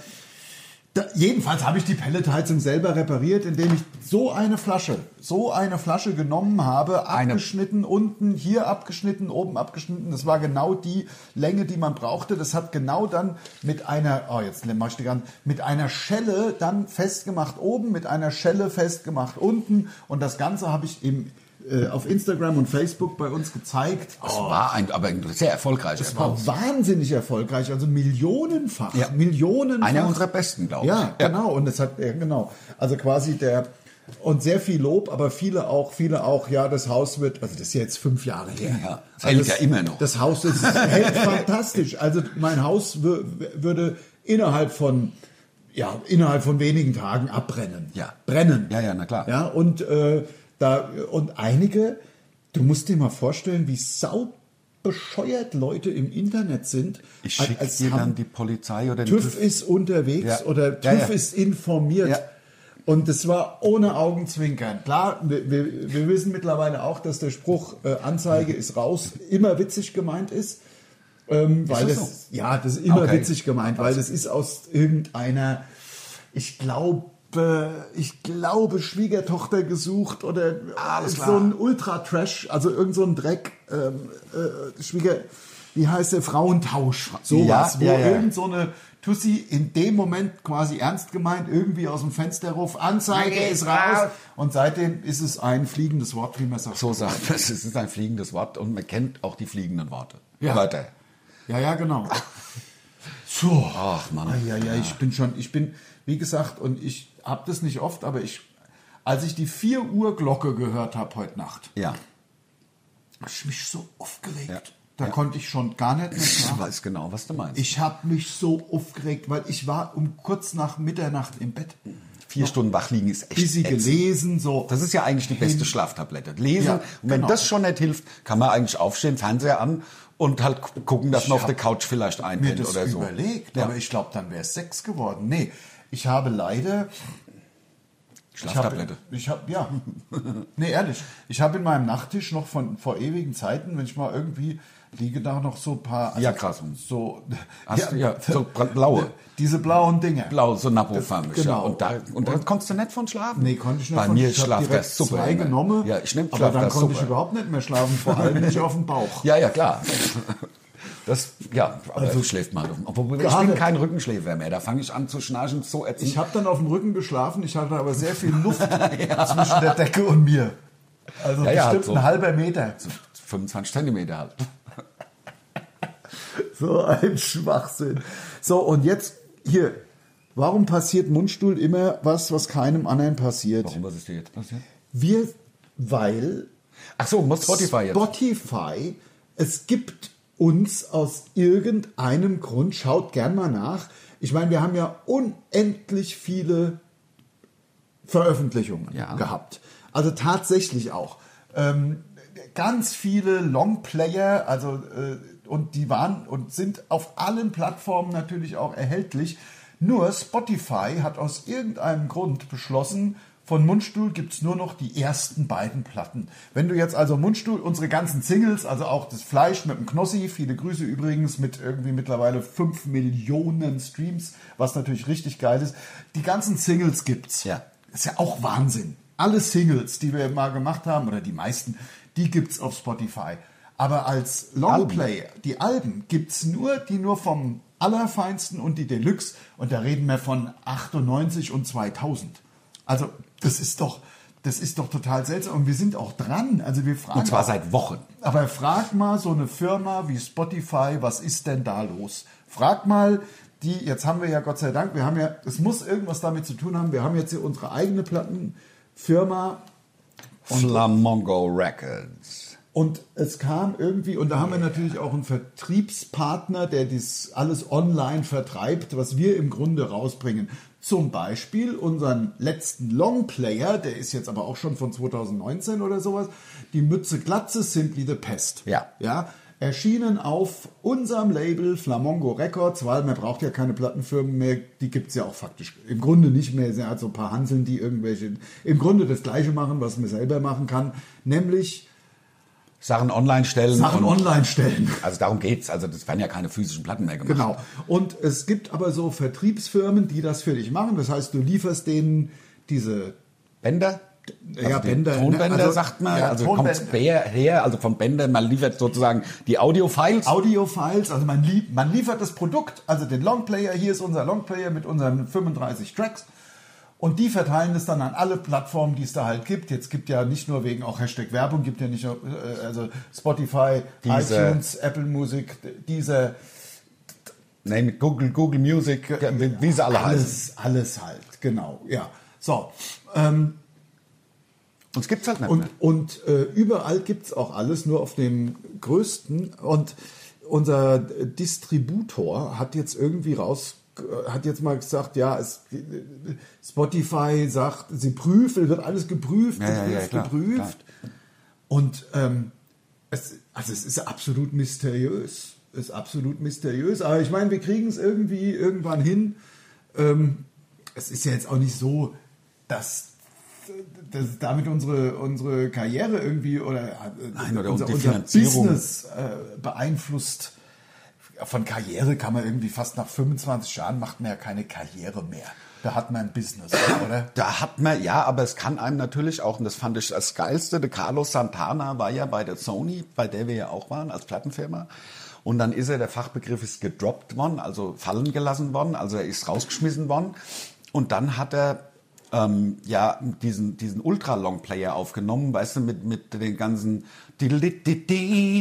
Speaker 3: da, jedenfalls habe ich die Pelletheizung selber repariert, indem ich so eine Flasche, so eine Flasche genommen habe,
Speaker 4: Eine-
Speaker 3: abgeschnitten unten, hier abgeschnitten, oben abgeschnitten. Das war genau die Länge, die man brauchte. Das hat genau dann mit einer, oh jetzt mach ich die ganz, mit einer Schelle dann festgemacht oben, mit einer Schelle festgemacht unten. Und das Ganze habe ich im äh, auf Instagram und Facebook bei uns gezeigt.
Speaker 4: Das war ein, aber ein sehr erfolgreicher
Speaker 3: Das war wahnsinnig erfolgreich, also millionenfach.
Speaker 4: Ja.
Speaker 3: Millionenfach.
Speaker 4: Einer unserer besten, glaube ich.
Speaker 3: Ja,
Speaker 4: Ja.
Speaker 3: genau. Und es hat, ja, genau. Also quasi der, und sehr viel Lob, aber viele auch, viele auch, ja, das Haus wird, also das ist jetzt fünf Jahre her. Also
Speaker 4: Ja, ja. Es hält
Speaker 3: das,
Speaker 4: ja immer noch.
Speaker 3: Das Haus ist, hält fantastisch. Also mein Haus wür- würde innerhalb von, ja, innerhalb von wenigen Tagen abbrennen.
Speaker 4: Ja.
Speaker 3: Brennen.
Speaker 4: Ja, ja, na klar.
Speaker 3: Ja, und, äh, da, und einige, du musst dir mal vorstellen, wie sau bescheuert Leute im Internet sind.
Speaker 4: Ich schicke
Speaker 3: Als
Speaker 4: dir
Speaker 3: haben-
Speaker 4: dann die Polizei oder den
Speaker 3: TÜV ist unterwegs
Speaker 4: Ja.
Speaker 3: oder
Speaker 4: Ja,
Speaker 3: TÜV
Speaker 4: ja.
Speaker 3: ist informiert.
Speaker 4: Ja.
Speaker 3: Und das war ohne Augenzwinkern. Klar, wir, wir, wir wissen mittlerweile auch, dass der Spruch äh, Anzeige ist raus immer witzig gemeint ist. Ähm, weil
Speaker 4: das
Speaker 3: das,
Speaker 4: so?
Speaker 3: ja, das ist immer
Speaker 4: Okay.
Speaker 3: witzig gemeint, weil das ist aus irgendeiner, ich glaube, ich glaube, Schwiegertochter gesucht oder
Speaker 4: Alles
Speaker 3: so
Speaker 4: klar.
Speaker 3: ein Ultra-Trash, also irgend so ein Dreck, ähm, äh, Schwieger, wie heißt der, Frauentausch, sowas,
Speaker 4: Ja,
Speaker 3: wo
Speaker 4: ja, ja.
Speaker 3: irgend so eine Tussi in dem Moment quasi ernst gemeint irgendwie aus dem Fenster ruft, Anzeige
Speaker 4: Nein,
Speaker 3: ist
Speaker 4: ist
Speaker 3: raus
Speaker 4: raus.
Speaker 3: und seitdem ist es ein fliegendes Wort, wie man sagt.
Speaker 4: So sagt man, es ist ein fliegendes Wort und man kennt auch die fliegenden Worte.
Speaker 3: Ja.
Speaker 4: Wörter.
Speaker 3: Ja, ja, genau. So.
Speaker 4: Ach
Speaker 3: Ah,
Speaker 4: Mann.
Speaker 3: ja, ja, ich bin schon, ich bin, wie gesagt, und ich habe das nicht oft, aber ich, als ich die 4 Uhr Glocke gehört habe heute Nacht,
Speaker 4: Ja.
Speaker 3: hab ich mich so aufgeregt.
Speaker 4: Ja.
Speaker 3: Da konnte ich schon gar nicht mehr
Speaker 4: Ich
Speaker 3: schlafen.
Speaker 4: weiß genau, was du meinst.
Speaker 3: Ich habe mich so aufgeregt, weil ich war um kurz nach Mitternacht im Bett.
Speaker 4: Vier Stunden wach liegen ist echt
Speaker 3: Busy
Speaker 4: ätzend.
Speaker 3: gelesen, so.
Speaker 4: Das ist ja eigentlich die beste Schlaftablette. Lesen.
Speaker 3: Ja,
Speaker 4: und wenn
Speaker 3: genau.
Speaker 4: das schon nicht hilft, kann man eigentlich aufstehen, Fernseher an und halt gucken, dass man auf der Couch vielleicht
Speaker 3: mir
Speaker 4: einpennt
Speaker 3: das
Speaker 4: oder so.
Speaker 3: überlegt,
Speaker 4: Ja.
Speaker 3: aber ich glaube, dann wäre es sechs geworden. Nee, ich habe leider
Speaker 4: Schlaftablette.
Speaker 3: Ich habe, ich hab, ja. nee, ehrlich. Ich habe in meinem Nachttisch noch von vor ewigen Zeiten, wenn ich mal irgendwie liege, da noch so ein paar. also
Speaker 4: Ja, krass.
Speaker 3: So,
Speaker 4: Hast du ja so blaue.
Speaker 3: Diese blauen Dinger.
Speaker 4: Blau, so napoförmig.
Speaker 3: Das-
Speaker 4: ja.
Speaker 3: genau.
Speaker 4: Und, da, und dann konntest du nicht von schlafen.
Speaker 3: Nee, konnte ich nicht.
Speaker 4: Bei
Speaker 3: von-
Speaker 4: mir
Speaker 3: ich hab
Speaker 4: schlaft
Speaker 3: direkt
Speaker 4: das super.
Speaker 3: Zwei genommen,
Speaker 4: Ja, ich nehme
Speaker 3: aber dann konnte ich überhaupt nicht mehr schlafen, vor allem nicht auf dem Bauch.
Speaker 4: Ja, ja, klar. Das, ja, aber also, schläft mal. Obwohl ich
Speaker 3: Gerade.
Speaker 4: bin kein Rückenschläfer mehr. Da fange ich an zu schnarchen, so ätzend.
Speaker 3: Ich habe dann auf dem Rücken geschlafen, ich hatte aber sehr viel Luft zwischen der Decke und mir. Also
Speaker 4: Ja, ja,
Speaker 3: bestimmt
Speaker 4: so.
Speaker 3: ein halber Meter.
Speaker 4: 25 Zentimeter halt.
Speaker 3: So ein Schwachsinn. So, und jetzt hier. Warum passiert Mundstuhl immer was, was keinem anderen passiert?
Speaker 4: Warum, was ist dir jetzt passiert?
Speaker 3: Wir, weil
Speaker 4: Ach so, muss Spotify jetzt.
Speaker 3: Spotify, es gibt uns aus irgendeinem Grund, schaut gern mal nach. Ich meine, wir haben ja unendlich viele Veröffentlichungen
Speaker 4: Ja.
Speaker 3: gehabt. Also tatsächlich auch. Ähm, ganz viele Longplayer, also äh, und die waren und sind auf allen Plattformen natürlich auch erhältlich. Nur Spotify hat aus irgendeinem Grund beschlossen, von Mundstuhl gibt es nur noch die ersten beiden Platten. Wenn du jetzt also Mundstuhl, unsere ganzen Singles, also auch das Fleisch mit dem Knossi, viele Grüße übrigens mit irgendwie mittlerweile 5 Millionen Streams, was natürlich richtig geil ist. Die ganzen Singles gibt's.
Speaker 4: Ja.
Speaker 3: Ist ja auch Wahnsinn. Alle Singles, die wir mal gemacht haben, oder die meisten, die gibt's auf Spotify. Aber als Longplay, die Alben, gibt's nur, die nur vom Allerfeinsten und die Deluxe. Und da reden wir von 98 und 2000. Also, das ist doch, das ist doch total seltsam. Und wir sind auch dran. Also, wir fragen.
Speaker 4: Und zwar seit Wochen.
Speaker 3: Aber frag mal so eine Firma wie Spotify, was ist denn da los? Frag mal die, jetzt haben wir ja Gott sei Dank, wir haben ja, es muss irgendwas damit zu tun haben, wir haben jetzt hier unsere eigene Plattenfirma
Speaker 4: Flamongo Records.
Speaker 3: und es kam irgendwie, und da haben wir natürlich auch einen Vertriebspartner, der dies alles online vertreibt, was wir im Grunde rausbringen. Zum Beispiel unseren letzten Longplayer, der ist jetzt aber auch schon von 2019 oder sowas, die Mütze Glatze, Simply the Pest.
Speaker 4: Ja.
Speaker 3: Ja. Erschienen auf unserem Label Flamongo Records, weil man braucht ja keine Plattenfirmen mehr, die gibt es ja auch faktisch im Grunde nicht mehr. Sie hat so ein paar Hanseln, die irgendwelche, im Grunde das Gleiche machen, was man selber machen kann, nämlich
Speaker 4: Sachen online stellen.
Speaker 3: Sachen
Speaker 4: und-
Speaker 3: online stellen.
Speaker 4: Also darum geht's. Also das werden ja keine physischen Platten mehr gemacht.
Speaker 3: Genau. Und es gibt aber so Vertriebsfirmen, die das für dich machen. Das heißt, du lieferst denen diese
Speaker 4: Bänder?
Speaker 3: Ja,
Speaker 4: die
Speaker 3: Bänder, ne?
Speaker 4: Tonbänder
Speaker 3: Also-
Speaker 4: sagt man.
Speaker 3: ja,
Speaker 4: also
Speaker 3: Tonbänder.
Speaker 4: kommt her, also von Bänder. Man liefert sozusagen die Audio-Files.
Speaker 3: Audiofiles, also man, lieb, man liefert das Produkt, also den Longplayer, hier ist unser Longplayer mit unseren 35 Tracks und die verteilen es dann an alle Plattformen, die es da halt gibt. Jetzt gibt ja nicht nur wegen auch Hashtag Werbung, gibt ja nicht nur äh, also Spotify,
Speaker 4: Deezer.
Speaker 3: iTunes, Apple Music, diese
Speaker 4: Nee, mit Google, Google Music, wie wie sie alle heißen.
Speaker 3: alles, alles halt, genau, ja. So, ähm,
Speaker 4: Uns gibt's halt nicht
Speaker 3: Und,
Speaker 4: mehr.
Speaker 3: und äh, überall gibt es auch alles, nur auf dem größten. Und unser Distributor hat jetzt irgendwie raus, äh, hat jetzt mal gesagt, ja, es, Spotify sagt, sie prüfen, wird alles geprüft,
Speaker 4: Ja, ja, ja,
Speaker 3: geprüft,
Speaker 4: klar,
Speaker 3: geprüft.
Speaker 4: klar.
Speaker 3: Und ähm, es, also es ist absolut mysteriös. Es Ist absolut mysteriös. Aber ich meine, wir kriegen es irgendwie irgendwann hin. Ähm, es ist ja jetzt auch nicht so, dass, dass damit unsere, unsere Karriere irgendwie oder, äh,
Speaker 4: Nein, oder um
Speaker 3: unser,
Speaker 4: die
Speaker 3: unser
Speaker 4: Finanzierung.
Speaker 3: Business äh, beeinflusst. Von Karriere kann man irgendwie fast nach 25 Jahren macht man ja keine Karriere mehr. Da hat man ein Business, oder?
Speaker 4: Da hat man, ja, aber es kann einem natürlich auch, und das fand ich das Geilste, der Carlos Santana war ja bei der Sony, bei der wir ja auch waren, als Plattenfirma. Und dann ist er, der Fachbegriff ist gedroppt worden, also fallen gelassen worden, also er ist rausgeschmissen worden. Und dann hat er ähm, ja diesen, diesen Ultra-Long-Player aufgenommen, weißt du, mit, mit den ganzen...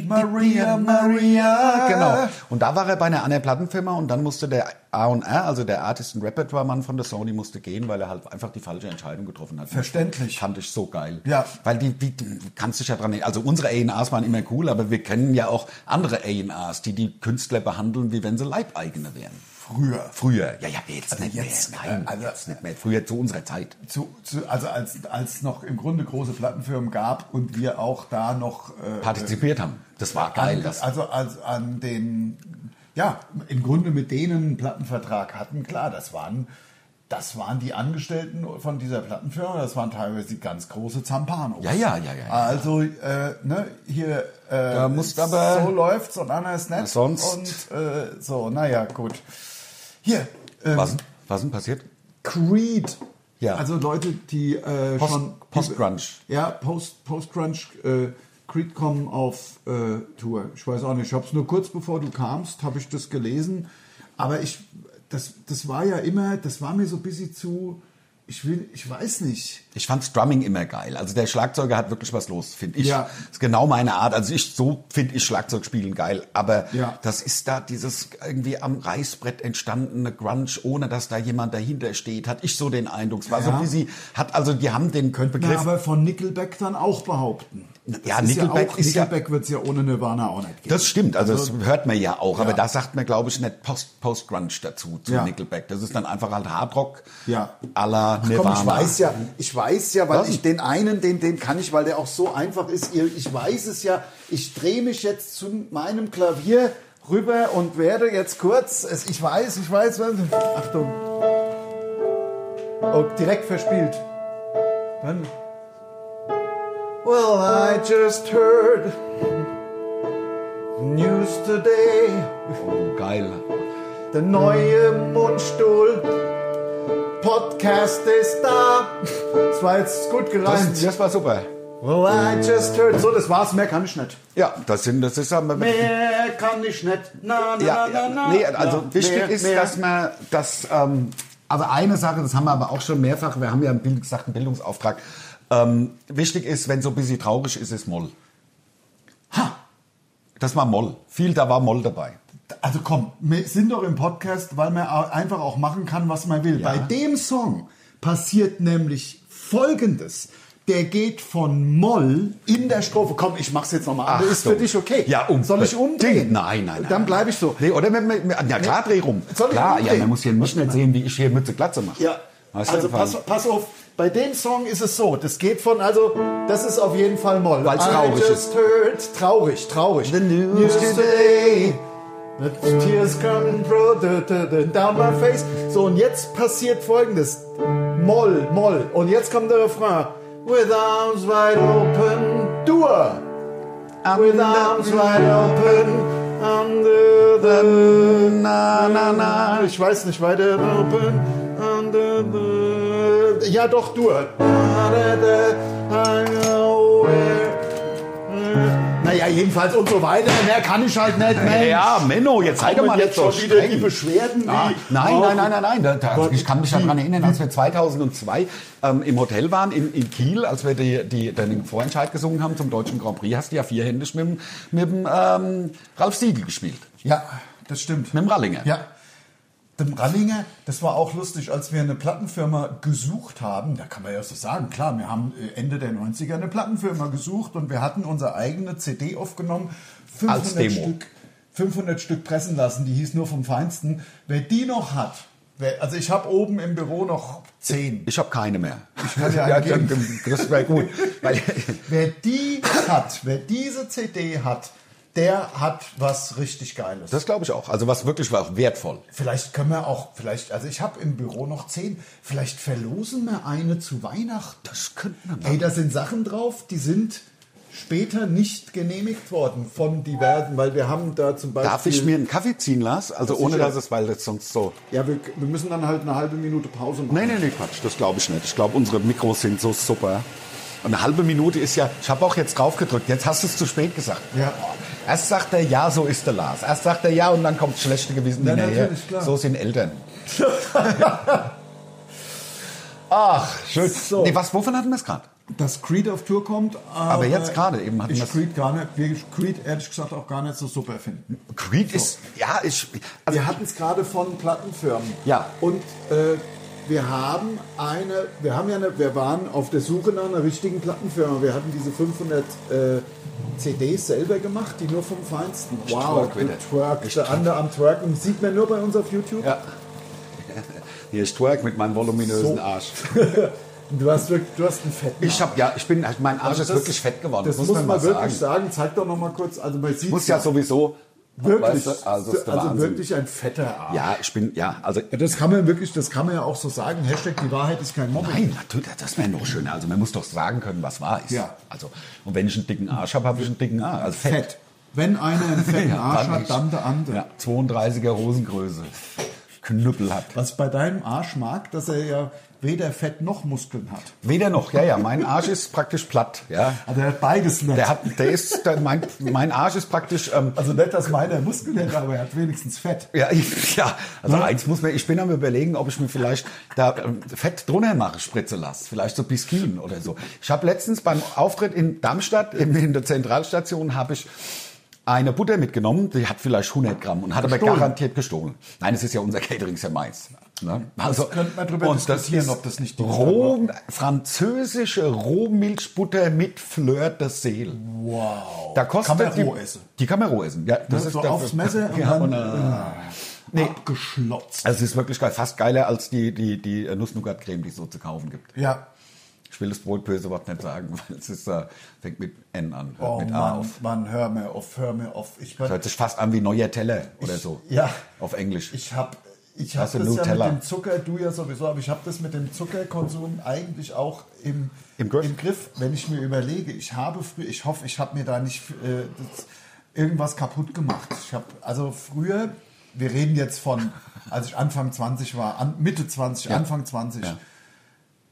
Speaker 3: Maria, Maria.
Speaker 4: Genau. Und da war er bei einer anderen Plattenfirma und dann musste der A&R, also der Artist und Repertoire-Mann von der Sony, musste gehen, weil er halt einfach die falsche Entscheidung getroffen hat.
Speaker 3: Verständlich.
Speaker 4: Fand ich so geil.
Speaker 3: Ja.
Speaker 4: Weil die, die, die kannst dich ja dran erinnern. Also unsere A&Rs waren immer cool, aber wir kennen ja auch andere A&Rs, die die Künstler behandeln, wie wenn sie Leibeigene wären.
Speaker 3: Früher.
Speaker 4: Früher. Ja, ja, jetzt nicht
Speaker 3: jetzt,
Speaker 4: mehr. Nein,
Speaker 3: äh, also-
Speaker 4: jetzt nicht mehr. Früher zu unserer Zeit.
Speaker 3: zu, zu, also als als noch im Grunde große Plattenfirmen gab und wir auch da noch äh,
Speaker 4: Partizipiert haben. Das war geil.
Speaker 3: an,
Speaker 4: Das,
Speaker 3: also als an den ja im Grunde mit denen einen Plattenvertrag hatten klar das waren das waren die Angestellten von dieser Plattenfirma das waren teilweise ganz große Zampanos
Speaker 4: Ja, ja, ja, ja, ja.
Speaker 3: also äh, ne hier äh,
Speaker 4: Da musst aber-
Speaker 3: so läuft's und anders nicht
Speaker 4: Sonst-
Speaker 3: und äh, so naja gut hier ähm,
Speaker 4: was, was denn passiert?
Speaker 3: Creed.
Speaker 4: Ja.
Speaker 3: Also Leute, die äh,
Speaker 4: Post-
Speaker 3: schon
Speaker 4: Post-Grunge.
Speaker 3: Ja, Post Post Grunge äh, Creed kommen auf äh, Tour. Ich weiß auch nicht, ich habe es nur kurz bevor du kamst, habe ich das gelesen, aber ich das das war ja immer, das war mir so ein bisschen zu ich will ich weiß nicht.
Speaker 4: Ich fand's Drumming immer geil. Also der Schlagzeuger hat wirklich was los, finde ich.
Speaker 3: Ja.
Speaker 4: Ist genau meine Art. Also ich so finde ich Schlagzeug spielen geil. Aber
Speaker 3: Ja.
Speaker 4: das ist da dieses irgendwie am Reißbrett entstandene Grunge, ohne dass da jemand dahinter steht, hat ich so den Eindruck. Es war so
Speaker 3: Ja.
Speaker 4: wie sie hat also die haben den
Speaker 3: Könnte man
Speaker 4: Begriff
Speaker 3: aber von Nickelback dann auch behaupten.
Speaker 4: ja,
Speaker 3: Ist ja
Speaker 4: Nickelback
Speaker 3: auch-
Speaker 4: ist ja,
Speaker 3: Nickelback wird es ja ohne Nirvana auch nicht geben.
Speaker 4: das stimmt, also, das hört man ja auch, aber
Speaker 3: Ja.
Speaker 4: da sagt man, glaube ich, nicht Post- Post-Grunge dazu, zu
Speaker 3: Ja.
Speaker 4: Nickelback. Das ist dann einfach halt Hardrock
Speaker 3: Ja.
Speaker 4: à la
Speaker 3: Ach komm,
Speaker 4: Nirvana.
Speaker 3: ich weiß ja, ich weiß ja, weil
Speaker 4: Was?
Speaker 3: ich den einen, den, den kann ich, weil der auch so einfach ist. Ihr- Ich weiß es ja, ich drehe mich jetzt zu meinem Klavier rüber und werde jetzt kurz, es- ich weiß, ich weiß, was- Achtung. Oh, direkt verspielt. Dann. Well, I just heard news today.
Speaker 4: Oh, geil.
Speaker 3: Der neue Mundstuhl Podcast ist da. Das war jetzt gut
Speaker 4: Das,
Speaker 3: gereimt.
Speaker 4: das war super.
Speaker 3: Well, I just heard. So, das war's. Mehr kann ich nicht.
Speaker 4: Ja, das sind, das ist aber
Speaker 3: Mehr kann ich nicht. Na, na,
Speaker 4: ja,
Speaker 3: na, na,
Speaker 4: ja. Nee, also
Speaker 3: na.
Speaker 4: wichtig
Speaker 3: Mehr,
Speaker 4: ist,
Speaker 3: mehr.
Speaker 4: dass man das. Ähm, aber eine Sache, das haben wir aber auch schon mehrfach, wir haben ja einen, Bild- gesagt, einen Bildungsauftrag. Ähm, wichtig ist, wenn so ein bisschen traurig ist, ist Moll. Ha! Das war Moll. Viel, da war Moll dabei.
Speaker 3: Also komm, wir sind doch im Podcast, weil man au- einfach auch machen kann, was man will. Bei dem Song passiert nämlich Folgendes. Der geht von Moll in der Strophe. Komm, ich mach's jetzt nochmal an. Das ist für
Speaker 4: Achtung.
Speaker 3: dich okay.
Speaker 4: Ja, um
Speaker 3: Soll ich umdrehen?
Speaker 4: Nein, nein, nein.
Speaker 3: Dann bleibe ich so.
Speaker 4: Nee, oder? mit- mit- mit- Ja, klar, dreh rum.
Speaker 3: Soll ich
Speaker 4: klar, ja,
Speaker 3: umdrehen?
Speaker 4: man muss hier nicht nicht sehen, wie ich hier Mütze Glatze mache.
Speaker 3: Ja.
Speaker 4: Weißt du,
Speaker 3: also
Speaker 4: einfach-
Speaker 3: pass, pass auf, bei dem Song ist es so, das geht von, also das ist auf jeden Fall Moll.
Speaker 4: Weil's traurig
Speaker 3: I just
Speaker 4: ist.
Speaker 3: Heard, traurig, traurig.
Speaker 4: The news
Speaker 3: today. The tears coming through the, the, the, down my face. So, und jetzt passiert folgendes. Moll, Moll. Und jetzt kommt der Refrain. With arms wide open, door. With arms wide open, under the
Speaker 4: Na, na, na.
Speaker 3: Ah, ich weiß nicht weiter. Ja, doch, du. Naja, jedenfalls und so weiter. Mehr kann ich halt nicht, Mensch.
Speaker 4: Ja, Menno, jetzt halt doch
Speaker 3: Kommen
Speaker 4: mal
Speaker 3: jetzt
Speaker 4: nicht so
Speaker 3: schon wieder die
Speaker 4: streng.
Speaker 3: Beschwerden.
Speaker 4: Ah,
Speaker 3: die-
Speaker 4: nein,
Speaker 3: Oh,
Speaker 4: nein, nein, nein, nein. Da, da,
Speaker 3: Gott,
Speaker 4: ich kann mich
Speaker 3: wie-
Speaker 4: daran erinnern, als wir 2002 ähm, im Hotel waren, in, in Kiel, als wir die, die, dann den Vorentscheid gesungen haben zum deutschen Grand Prix, hast du ja vierhändisch mit, dem- mit dem ähm, Ralf Siegel gespielt.
Speaker 3: Ja, das stimmt.
Speaker 4: Mit dem Rallinger.
Speaker 3: Ja. Dem Rallinger, das war auch lustig, als wir eine Plattenfirma gesucht haben, da kann man ja so sagen, klar, wir haben äh, Ende der 90er eine Plattenfirma gesucht und wir hatten unsere eigene CD aufgenommen, 500
Speaker 4: Als Demo.
Speaker 3: Stück, 500 Stück pressen lassen, die hieß nur vom Feinsten. Wer die noch hat, wer, also ich habe oben im Büro noch 10.
Speaker 4: Ich habe keine mehr.
Speaker 3: kann dir einen
Speaker 4: dann-
Speaker 3: geben.
Speaker 4: das wäre gut. Weil,
Speaker 3: Wer die hat, wer diese CD hat, der hat was richtig Geiles.
Speaker 4: das glaube ich auch. Also was wirklich war, auch wertvoll.
Speaker 3: Vielleicht können wir auch, vielleicht, also ich habe im Büro noch zehn, vielleicht verlosen wir eine zu Weihnachten. Das könnten wir Ey, da sind Sachen drauf, die sind später nicht genehmigt worden von diversen, weil wir haben da zum Beispiel...
Speaker 4: Darf ich mir einen Kaffee ziehen lassen? Also ohne,
Speaker 3: sicher.
Speaker 4: dass es, weil das sonst so...
Speaker 3: Ja, wir, wir müssen dann halt eine halbe Minute Pause machen.
Speaker 4: Nein, nein, nein, Quatsch, das glaube ich nicht. Ich glaube, unsere Mikros sind so super. Und eine halbe Minute ist ja, ich habe auch jetzt drauf gedrückt, jetzt hast du es zu spät gesagt.
Speaker 3: Ja.
Speaker 4: Erst sagt er ja, so ist der Lars. Erst sagt er ja und dann kommt das schlechte Gewissen
Speaker 3: Ja,
Speaker 4: hinterher.
Speaker 3: natürlich, klar.
Speaker 4: So sind Eltern. Ach, schön.
Speaker 3: So.
Speaker 4: Nee, was, wovon hatten wir es gerade?
Speaker 3: Dass Creed auf Tour kommt,
Speaker 4: Aber jetzt gerade eben hatten
Speaker 3: hatten ich
Speaker 4: wir's-
Speaker 3: Creed gar nicht, wirklich Creed ehrlich gesagt auch gar nicht so super finden.
Speaker 4: Creed ist, ja, ich, also,
Speaker 3: Wir hatten es gerade von Plattenfirmen.
Speaker 4: Ja.
Speaker 3: Und äh, wir haben eine, wir haben ja eine, wir waren auf der Suche nach einer richtigen Plattenfirma. Wir hatten diese 500 äh, CDs selber gemacht, die nur vom Feinsten. wow,
Speaker 4: twerk
Speaker 3: du
Speaker 4: wieder.
Speaker 3: twerk, der andere am Twerken. Sieht man nur bei uns auf YouTube.
Speaker 4: ja. Hier ist Twerk mit meinem voluminösen
Speaker 3: So.
Speaker 4: Arsch.
Speaker 3: Du hast, wirklich, du hast einen fetten
Speaker 4: Ich habe ja, ich bin, mein Arsch
Speaker 3: Also
Speaker 4: ist wirklich fett geworden.
Speaker 3: Das muss, man
Speaker 4: mal
Speaker 3: wirklich sagen. Zeig doch noch mal kurz. Also man sieht
Speaker 4: Muss ja sowieso.
Speaker 3: wirklich,
Speaker 4: Weißt du, also, ist der
Speaker 3: also
Speaker 4: Wahnsinn.
Speaker 3: wirklich ein fetter Arsch.
Speaker 4: Ja, ich bin, ja, also.
Speaker 3: Ja, Das kann man wirklich, das kann man ja auch so sagen. Hashtag die Wahrheit ist kein Mobbing.
Speaker 4: Nein, natürlich, das wäre noch schöner. Also man muss doch sagen können, was wahr ist.
Speaker 3: Ja.
Speaker 4: Also, und wenn ich einen dicken Arsch habe, habe ich einen dicken Arsch. Also fett.
Speaker 3: Fett. Wenn einer einen fetten Arsch
Speaker 4: kann
Speaker 3: hat,
Speaker 4: ich.
Speaker 3: dann der andere.
Speaker 4: Ja, 32er Hosengröße. Knüppel hat.
Speaker 3: Was ich bei deinem Arsch mag, dass er ja weder Fett noch Muskeln hat.
Speaker 4: Weder noch, ja, ja, mein Arsch ist praktisch platt. Ja.
Speaker 3: Also er hat beides nicht.
Speaker 4: Der hat, der ist, der, mein, mein Arsch ist praktisch. Ähm,
Speaker 3: also nicht, dass meiner Muskeln hätte, aber er hat wenigstens Fett.
Speaker 4: Ja, ich, ja, also eins muss man, ich bin am überlegen, ob ich mir vielleicht da ähm, Fett drunter mache, Spritze lasse. Vielleicht so Biskin oder so. Ich habe letztens beim Auftritt in Darmstadt, in, in der Zentralstation, habe ich eine Butter mitgenommen, die hat vielleicht 100 Gramm und hat aber
Speaker 3: Gestohlen.
Speaker 4: garantiert gestohlen. Nein, es ist ja unser Catering, ist ja meins. Ne? Also
Speaker 3: könnte man drüber
Speaker 4: und das
Speaker 3: diskutieren,
Speaker 4: ist
Speaker 3: ob das nicht die
Speaker 4: Roh, französische Rohmilchbutter mit Fleur de Seel.
Speaker 3: Wow.
Speaker 4: Da kostet
Speaker 3: Kann man
Speaker 4: die,
Speaker 3: roh essen.
Speaker 4: Die kann man roh essen. Ja, das
Speaker 3: Ne,
Speaker 4: ist
Speaker 3: so
Speaker 4: dafür-
Speaker 3: aufs Messer und
Speaker 4: ja,
Speaker 3: dann
Speaker 4: und, äh,
Speaker 3: nee. abgeschlotzt.
Speaker 4: also es ist wirklich geil, fast geiler als die die die äh, Nuss-Nougat-Creme, die es so zu kaufen gibt.
Speaker 3: Ja.
Speaker 4: Ich will das böse Wort nicht sagen, weil es ist, äh, fängt mit N an, hört
Speaker 3: Oh
Speaker 4: mit A
Speaker 3: Mann,
Speaker 4: auf.
Speaker 3: Mann, hör mir auf, hör mir auf. Ich,
Speaker 4: Das hört sich fast an wie neuer Teller oder so.
Speaker 3: ja.
Speaker 4: Auf Englisch.
Speaker 3: ich habe ich hab
Speaker 4: Hast du
Speaker 3: das ja mit
Speaker 4: Nutella?
Speaker 3: dem Zucker, du ja sowieso, aber ich habe das mit dem Zuckerkonsum eigentlich auch im,
Speaker 4: Im Griff?
Speaker 3: wenn ich mir überlege. Ich habe früher, ich hoffe, ich habe mir da nicht äh, das, irgendwas kaputt gemacht. Ich habe, also früher, wir reden jetzt von, als ich Anfang 20 war, an, Mitte 20,
Speaker 4: Ja.
Speaker 3: Anfang 20,
Speaker 4: Ja.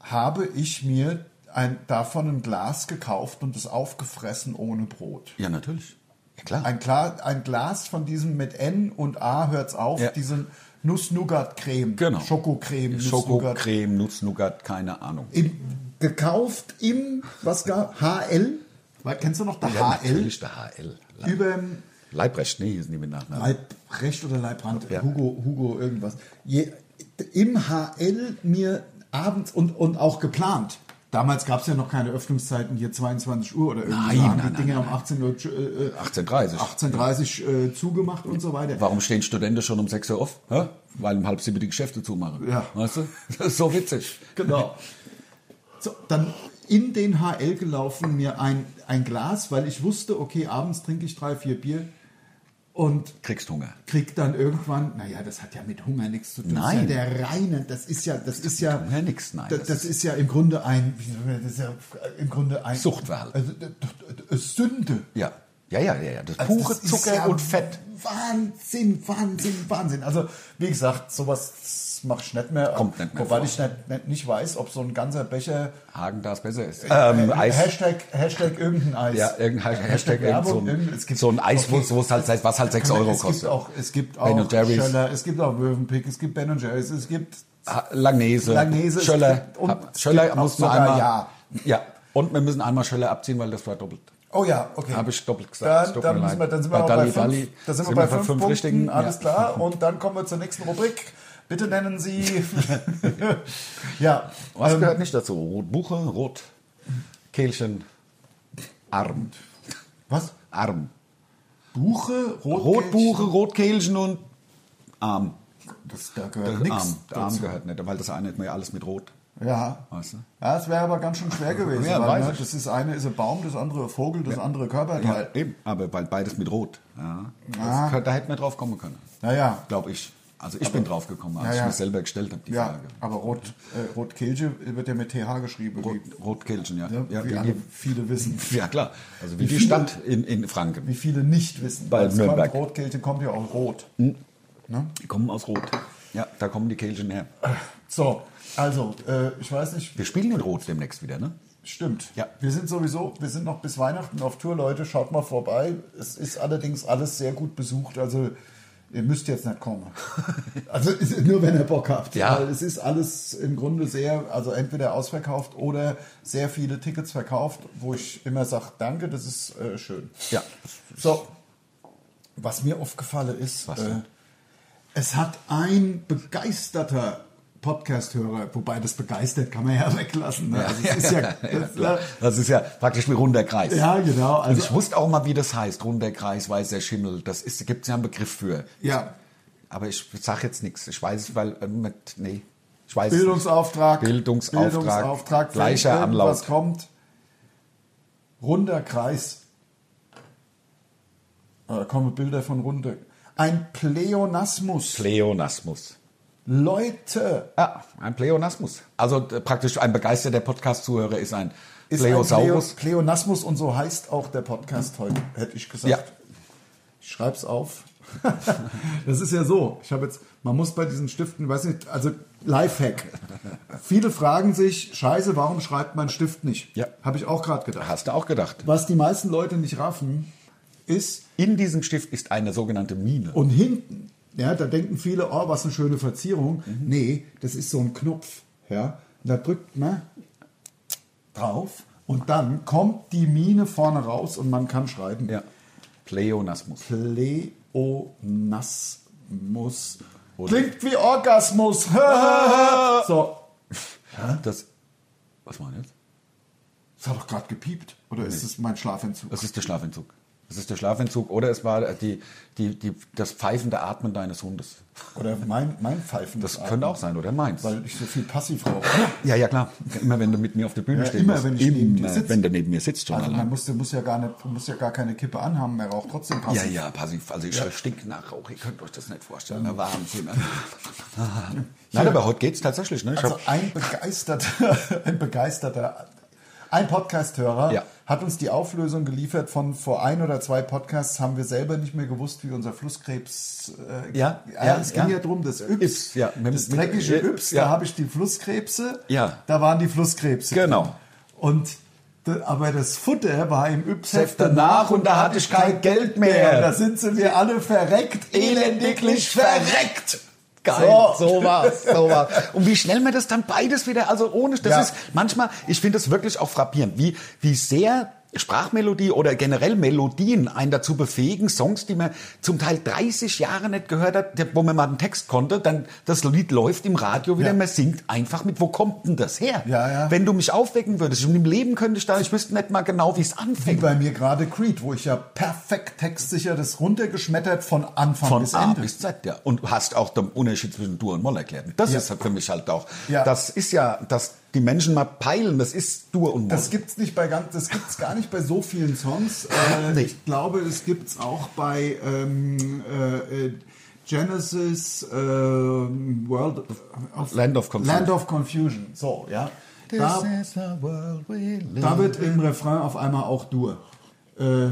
Speaker 3: habe ich mir ein, davon ein Glas gekauft und es aufgefressen ohne Brot.
Speaker 4: ja, natürlich. Ja, klar.
Speaker 3: Ein, Gla ein Glas von diesem mit N und A hört's auf,
Speaker 4: Ja.
Speaker 3: diese Nuss-Nougat-Creme,
Speaker 4: Genau.
Speaker 3: Schokocreme, Nuss-Nougat.
Speaker 4: Schokocreme, Nuss-Nougat, keine Ahnung.
Speaker 3: Im- Gekauft im, was gab, HL, Weil, kennst du noch der HL?
Speaker 4: Natürlich der HL. Leib
Speaker 3: Überm
Speaker 4: Leibrecht, nee, hießen die mit Nachnamen.
Speaker 3: Leibrecht oder Leibrand,
Speaker 4: Ja.
Speaker 3: Hugo, Hugo irgendwas. Je, Im HL mir abends und, und auch geplant. Damals gab's ja noch keine Öffnungszeiten, hier 22 Uhr oder irgendwie.
Speaker 4: Nein,
Speaker 3: so haben
Speaker 4: nein,
Speaker 3: die
Speaker 4: nein,
Speaker 3: Dinge um 18 Uhr, äh, äh,
Speaker 4: 18.30.
Speaker 3: 18.30 äh, zugemacht und so weiter.
Speaker 4: Warum stehen Studenten schon um 6 Uhr auf? Hä? Weil um halb sieben die Geschäfte zumachen.
Speaker 3: Ja.
Speaker 4: Weißt du? Das ist so witzig.
Speaker 3: Genau. So, dann in den HL gelaufen, mir ein, ein Glas, weil ich wusste, okay, abends trinke ich drei, vier Bier und
Speaker 4: Kriegst Hunger.
Speaker 3: krieg dann irgendwann, naja, das hat ja mit Hunger nichts zu tun.
Speaker 4: Nein.
Speaker 3: Das ist ja der reine, das ist ja, das ist ja,
Speaker 4: Hunger nix, nein,
Speaker 3: da-
Speaker 4: das
Speaker 3: Das, ist ja im Grunde ein, wie soll man das ist ja im Grunde ein
Speaker 4: Suchtverhalten.
Speaker 3: Also, d- d- d- Sünde.
Speaker 4: Ja. Ja, ja, ja, ja. Das
Speaker 3: Also
Speaker 4: pure
Speaker 3: das ist
Speaker 4: Zucker
Speaker 3: ja
Speaker 4: und Fett.
Speaker 3: Wahnsinn, Wahnsinn, Wahnsinn. Also, wie gesagt, sowas mache ich nicht mehr.
Speaker 4: Kommt nicht mehr
Speaker 3: Wobei
Speaker 4: vor.
Speaker 3: ich nicht, nicht, nicht weiß, ob so ein ganzer Becher.
Speaker 4: Hagen, da es besser ist. Ähm,
Speaker 3: äh,
Speaker 4: Eis.
Speaker 3: Hashtag, Hashtag irgendein Eis.
Speaker 4: Ja, irgendein Hashtag, Hashtag irgend so,
Speaker 3: Werbung,
Speaker 4: ein,
Speaker 3: irgendein- es gibt-
Speaker 4: so ein Eis, wo
Speaker 3: okay.
Speaker 4: es- wo es halt, seit- was halt 6 Euro
Speaker 3: es
Speaker 4: kostet.
Speaker 3: Gibt auch, es gibt
Speaker 4: Ben
Speaker 3: auch
Speaker 4: Jerry's.
Speaker 3: Schöller, es gibt auch Mövenpick, es gibt Ben Jerry's, es gibt
Speaker 4: Ha- Langnese,
Speaker 3: Langnese, es
Speaker 4: Schöller.
Speaker 3: gibt- und
Speaker 4: Hab-
Speaker 3: es
Speaker 4: Schöller
Speaker 3: gibt auch
Speaker 4: muss man
Speaker 3: sogar
Speaker 4: einmal.
Speaker 3: Ja.
Speaker 4: ja. Und wir müssen einmal Schöller abziehen, weil das war doppelt.
Speaker 3: Oh ja, okay.
Speaker 4: Habe ich doppelt gesagt. Es
Speaker 3: Dann,
Speaker 4: tut
Speaker 3: dann,
Speaker 4: mir
Speaker 3: müssen wir,
Speaker 4: leid.
Speaker 3: dann sind
Speaker 4: Bei
Speaker 3: wir auch
Speaker 4: Dalli
Speaker 3: bei fünf,
Speaker 4: Dalli
Speaker 3: da sind wir bei fünf, Punkten,
Speaker 4: richtigen, ja.
Speaker 3: alles klar. Und dann kommen wir zur nächsten Rubrik. Bitte nennen Sie. ja, ähm,
Speaker 4: Was gehört nicht dazu? Rotbuche, Rot, Kehlchen, Arm.
Speaker 3: was?
Speaker 4: Arm.
Speaker 3: Buche,
Speaker 4: Rotbuche, Rotkehlchen und Arm.
Speaker 3: Das, da gehört
Speaker 4: Arm.
Speaker 3: nichts.
Speaker 4: Der Arm gehört nicht, weil das eine ist mir alles mit Rot.
Speaker 3: Ja.
Speaker 4: Weißt du?
Speaker 3: Ja, es wäre aber ganz schön schwer gewesen.
Speaker 4: Ja,
Speaker 3: weil,
Speaker 4: weiß
Speaker 3: ne,
Speaker 4: ich.
Speaker 3: das ist eine ist ein Baum, das andere ein Vogel, das andere
Speaker 4: Ja,
Speaker 3: Körperteil.
Speaker 4: eben. Aber weil beides mit Rot. Ja. Das
Speaker 3: Ah.
Speaker 4: könnte- da hätten wir drauf kommen können.
Speaker 3: Naja,
Speaker 4: Glaube ich. Also ich bin drauf gekommen, als
Speaker 3: Ja,
Speaker 4: ich
Speaker 3: ja.
Speaker 4: mir selber gestellt habe, die
Speaker 3: ja,
Speaker 4: Frage.
Speaker 3: aber Rot, äh, Rotkehlche wird ja mit TH geschrieben,
Speaker 4: Rot,
Speaker 3: wie,
Speaker 4: Rotkehlchen, ja.
Speaker 3: ne,
Speaker 4: Ja,
Speaker 3: wie
Speaker 4: ja,
Speaker 3: alle, viele wissen.
Speaker 4: ja klar. Also wie,
Speaker 3: Wie
Speaker 4: die
Speaker 3: viele-
Speaker 4: Stadt in, in Franken.
Speaker 3: Wie viele nicht wissen.
Speaker 4: Bei
Speaker 3: weil es kommt,
Speaker 4: Nürnberg. Hm.
Speaker 3: Rotkehlche kommt ja auch rot.
Speaker 4: Die kommen aus Rot. Ja, da kommen die Kehlchen her.
Speaker 3: So, also, äh, ich weiß nicht,
Speaker 4: Wir spielen in Rot demnächst wieder, ne?
Speaker 3: stimmt.
Speaker 4: Ja.
Speaker 3: Wir sind sowieso, wir sind noch bis Weihnachten auf Tour, Leute, schaut mal vorbei. Es ist allerdings alles sehr gut besucht, also ihr müsst jetzt nicht kommen. Also es ist nur, wenn ihr Bock habt.
Speaker 4: Ja.
Speaker 3: Weil es ist alles im Grunde sehr, also entweder ausverkauft oder sehr viele Tickets verkauft, wo ich immer sage, danke, das ist äh, schön.
Speaker 4: Ja.
Speaker 3: So, was mir aufgefallen ist,
Speaker 4: Was
Speaker 3: äh,
Speaker 4: denn?
Speaker 3: es hat ein begeisterter Podcast-Hörer, wobei das begeistert kann man ja weglassen. Ne? Also es ist ja, das,
Speaker 4: klar. Das ist ja praktisch wie runder Kreis.
Speaker 3: ja, genau.
Speaker 4: Und
Speaker 3: Also,
Speaker 4: ich wusste auch mal, wie das heißt. Runder Kreis, weißer Schimmel. Das ist, gibt es ja einen Begriff für.
Speaker 3: ja,
Speaker 4: Aber ich sage jetzt nichts. Ich weiß es, weil. Ähm, mit, nee. Ich weiß es
Speaker 3: Bildungsauftrag,
Speaker 4: Bildungsauftrag,
Speaker 3: Bildungsauftrag
Speaker 4: gleicher
Speaker 3: Was
Speaker 4: Anlauf.
Speaker 3: kommt? Runder Kreis. Da kommen Bilder von Runde. Ein Pleonasmus.
Speaker 4: nicht. Pleonasmus.
Speaker 3: Leute,
Speaker 4: Ah, ein Pleonasmus. Also äh, praktisch ein begeisterter Podcast-Zuhörer ist ein
Speaker 3: ist
Speaker 4: Pleosaurus.
Speaker 3: ein Pleo Pleonasmus und so heißt auch der Podcast heute, hätte ich gesagt.
Speaker 4: Ja.
Speaker 3: Ich schreib's auf. das ist ja so. Ich habe jetzt, man muss bei diesen Stiften, weiß nicht, also Lifehack. Viele fragen sich, Scheiße, warum schreibt mein Stift nicht?
Speaker 4: Ja.
Speaker 3: Habe ich auch gerade gedacht.
Speaker 4: Hast du auch gedacht.
Speaker 3: Was die meisten Leute nicht raffen, ist,
Speaker 4: In diesem Stift ist eine sogenannte Mine.
Speaker 3: und hinten, ja, da denken viele, oh, was eine schöne Verzierung.
Speaker 4: Mhm.
Speaker 3: Nee, das ist so ein Knopf, ja. Und da drückt man drauf und dann kommt die Mine vorne raus und man kann schreiben.
Speaker 4: ja. Pleonasmus.
Speaker 3: Pleonasmus.
Speaker 4: Oder-
Speaker 3: Klingt wie Orgasmus. so.
Speaker 4: Das, was machen jetzt?
Speaker 3: Das hat doch gerade gepiept. Oder ist es mein Schlafentzug?
Speaker 4: Das ist der Schlafentzug. Das ist der Schlafentzug oder es war die, die, die, das pfeifende Atmen deines Hundes.
Speaker 3: Oder mein, mein Pfeifen.
Speaker 4: Das könnte auch sein, oder meins.
Speaker 3: Weil ich so viel passiv rauche.
Speaker 4: Ja, ja, klar. Immer wenn du mit mir auf der Bühne
Speaker 3: Ja,
Speaker 4: stehst.
Speaker 3: immer, wenn ich neben dir sitze.
Speaker 4: wenn du neben mir sitzt, schon
Speaker 3: Also man
Speaker 4: allein.
Speaker 3: muss, muss, ja gar nicht, muss ja gar keine Kippe anhaben, er raucht trotzdem
Speaker 4: Ja,
Speaker 3: passiv.
Speaker 4: ja, passiv. Also ich stink nach Rauch. Ihr könnt euch das nicht
Speaker 3: Oh.
Speaker 4: vorstellen. Der Wahnsinn. Nein,
Speaker 3: Ja.
Speaker 4: aber heute geht's tatsächlich. Ne? Ich
Speaker 3: Also
Speaker 4: hab,
Speaker 3: ein begeisterter, ein begeisterter, ein Podcast-Hörer
Speaker 4: Ja.
Speaker 3: hat uns die Auflösung geliefert von vor ein oder zwei Podcasts haben wir selber nicht mehr gewusst, wie unser Flusskrebs. Äh,
Speaker 4: Ja, ja,
Speaker 3: es ging
Speaker 4: ja.
Speaker 3: ja drum, das
Speaker 4: Yps,
Speaker 3: Yps,
Speaker 4: ja, mit-
Speaker 3: das
Speaker 4: mit-
Speaker 3: dreckige
Speaker 4: ja,
Speaker 3: Yps,
Speaker 4: ja.
Speaker 3: da habe ich die Flusskrebse,
Speaker 4: Ja.
Speaker 3: da waren die Flusskrebse.
Speaker 4: Genau.
Speaker 3: drin. Und d- aber das Futter war im Yps-Heft
Speaker 4: Heft danach und da hatte ich kein Geld mehr.
Speaker 3: Da sind sie mir alle verreckt, elendiglich verreckt.
Speaker 4: Geil,
Speaker 3: So.
Speaker 4: so, war's, so war's. Und wie schnell man das dann beides wieder, also ohne, das
Speaker 3: Ja.
Speaker 4: ist manchmal, ich finde das wirklich auch frappierend, wie, wie sehr Sprachmelodie oder generell Melodien einen dazu befähigen, Songs, die man zum Teil 30 Jahre nicht gehört hat, der- wo man mal einen Text konnte, dann das Lied läuft im Radio wieder,
Speaker 3: Ja.
Speaker 4: man singt einfach mit, wo kommt denn das her?
Speaker 3: Ja, ja.
Speaker 4: Wenn du mich aufwecken würdest, im Leben könnte ich da, ich wüsste nicht mal genau, wie es
Speaker 3: Wie
Speaker 4: anfängt.
Speaker 3: bei mir gerade Creed, wo ich ja perfekt textsicher das runtergeschmettert von Anfang
Speaker 4: Von
Speaker 3: bis
Speaker 4: A
Speaker 3: Ende.
Speaker 4: bis Z, ja. Und du hast auch den Unterschied zwischen Dur und Moll erklärt. Das
Speaker 3: Ja.
Speaker 4: ist halt für mich halt auch.
Speaker 3: Ja.
Speaker 4: Das ist ja, dass die Menschen mal peilen, das ist Dur und Moll.
Speaker 3: das gibt's nicht bei ganz, das gibt's gar nicht bei so vielen Songs. Äh,
Speaker 4: Nee.
Speaker 3: Ich glaube, es gibt's auch bei ähm, äh, äh, Genesis äh, World of,
Speaker 4: Land of Confusion.
Speaker 3: Land of Confusion. So, ja. Da,
Speaker 4: is the world we live.
Speaker 3: da wird im Refrain auf einmal auch Dur äh,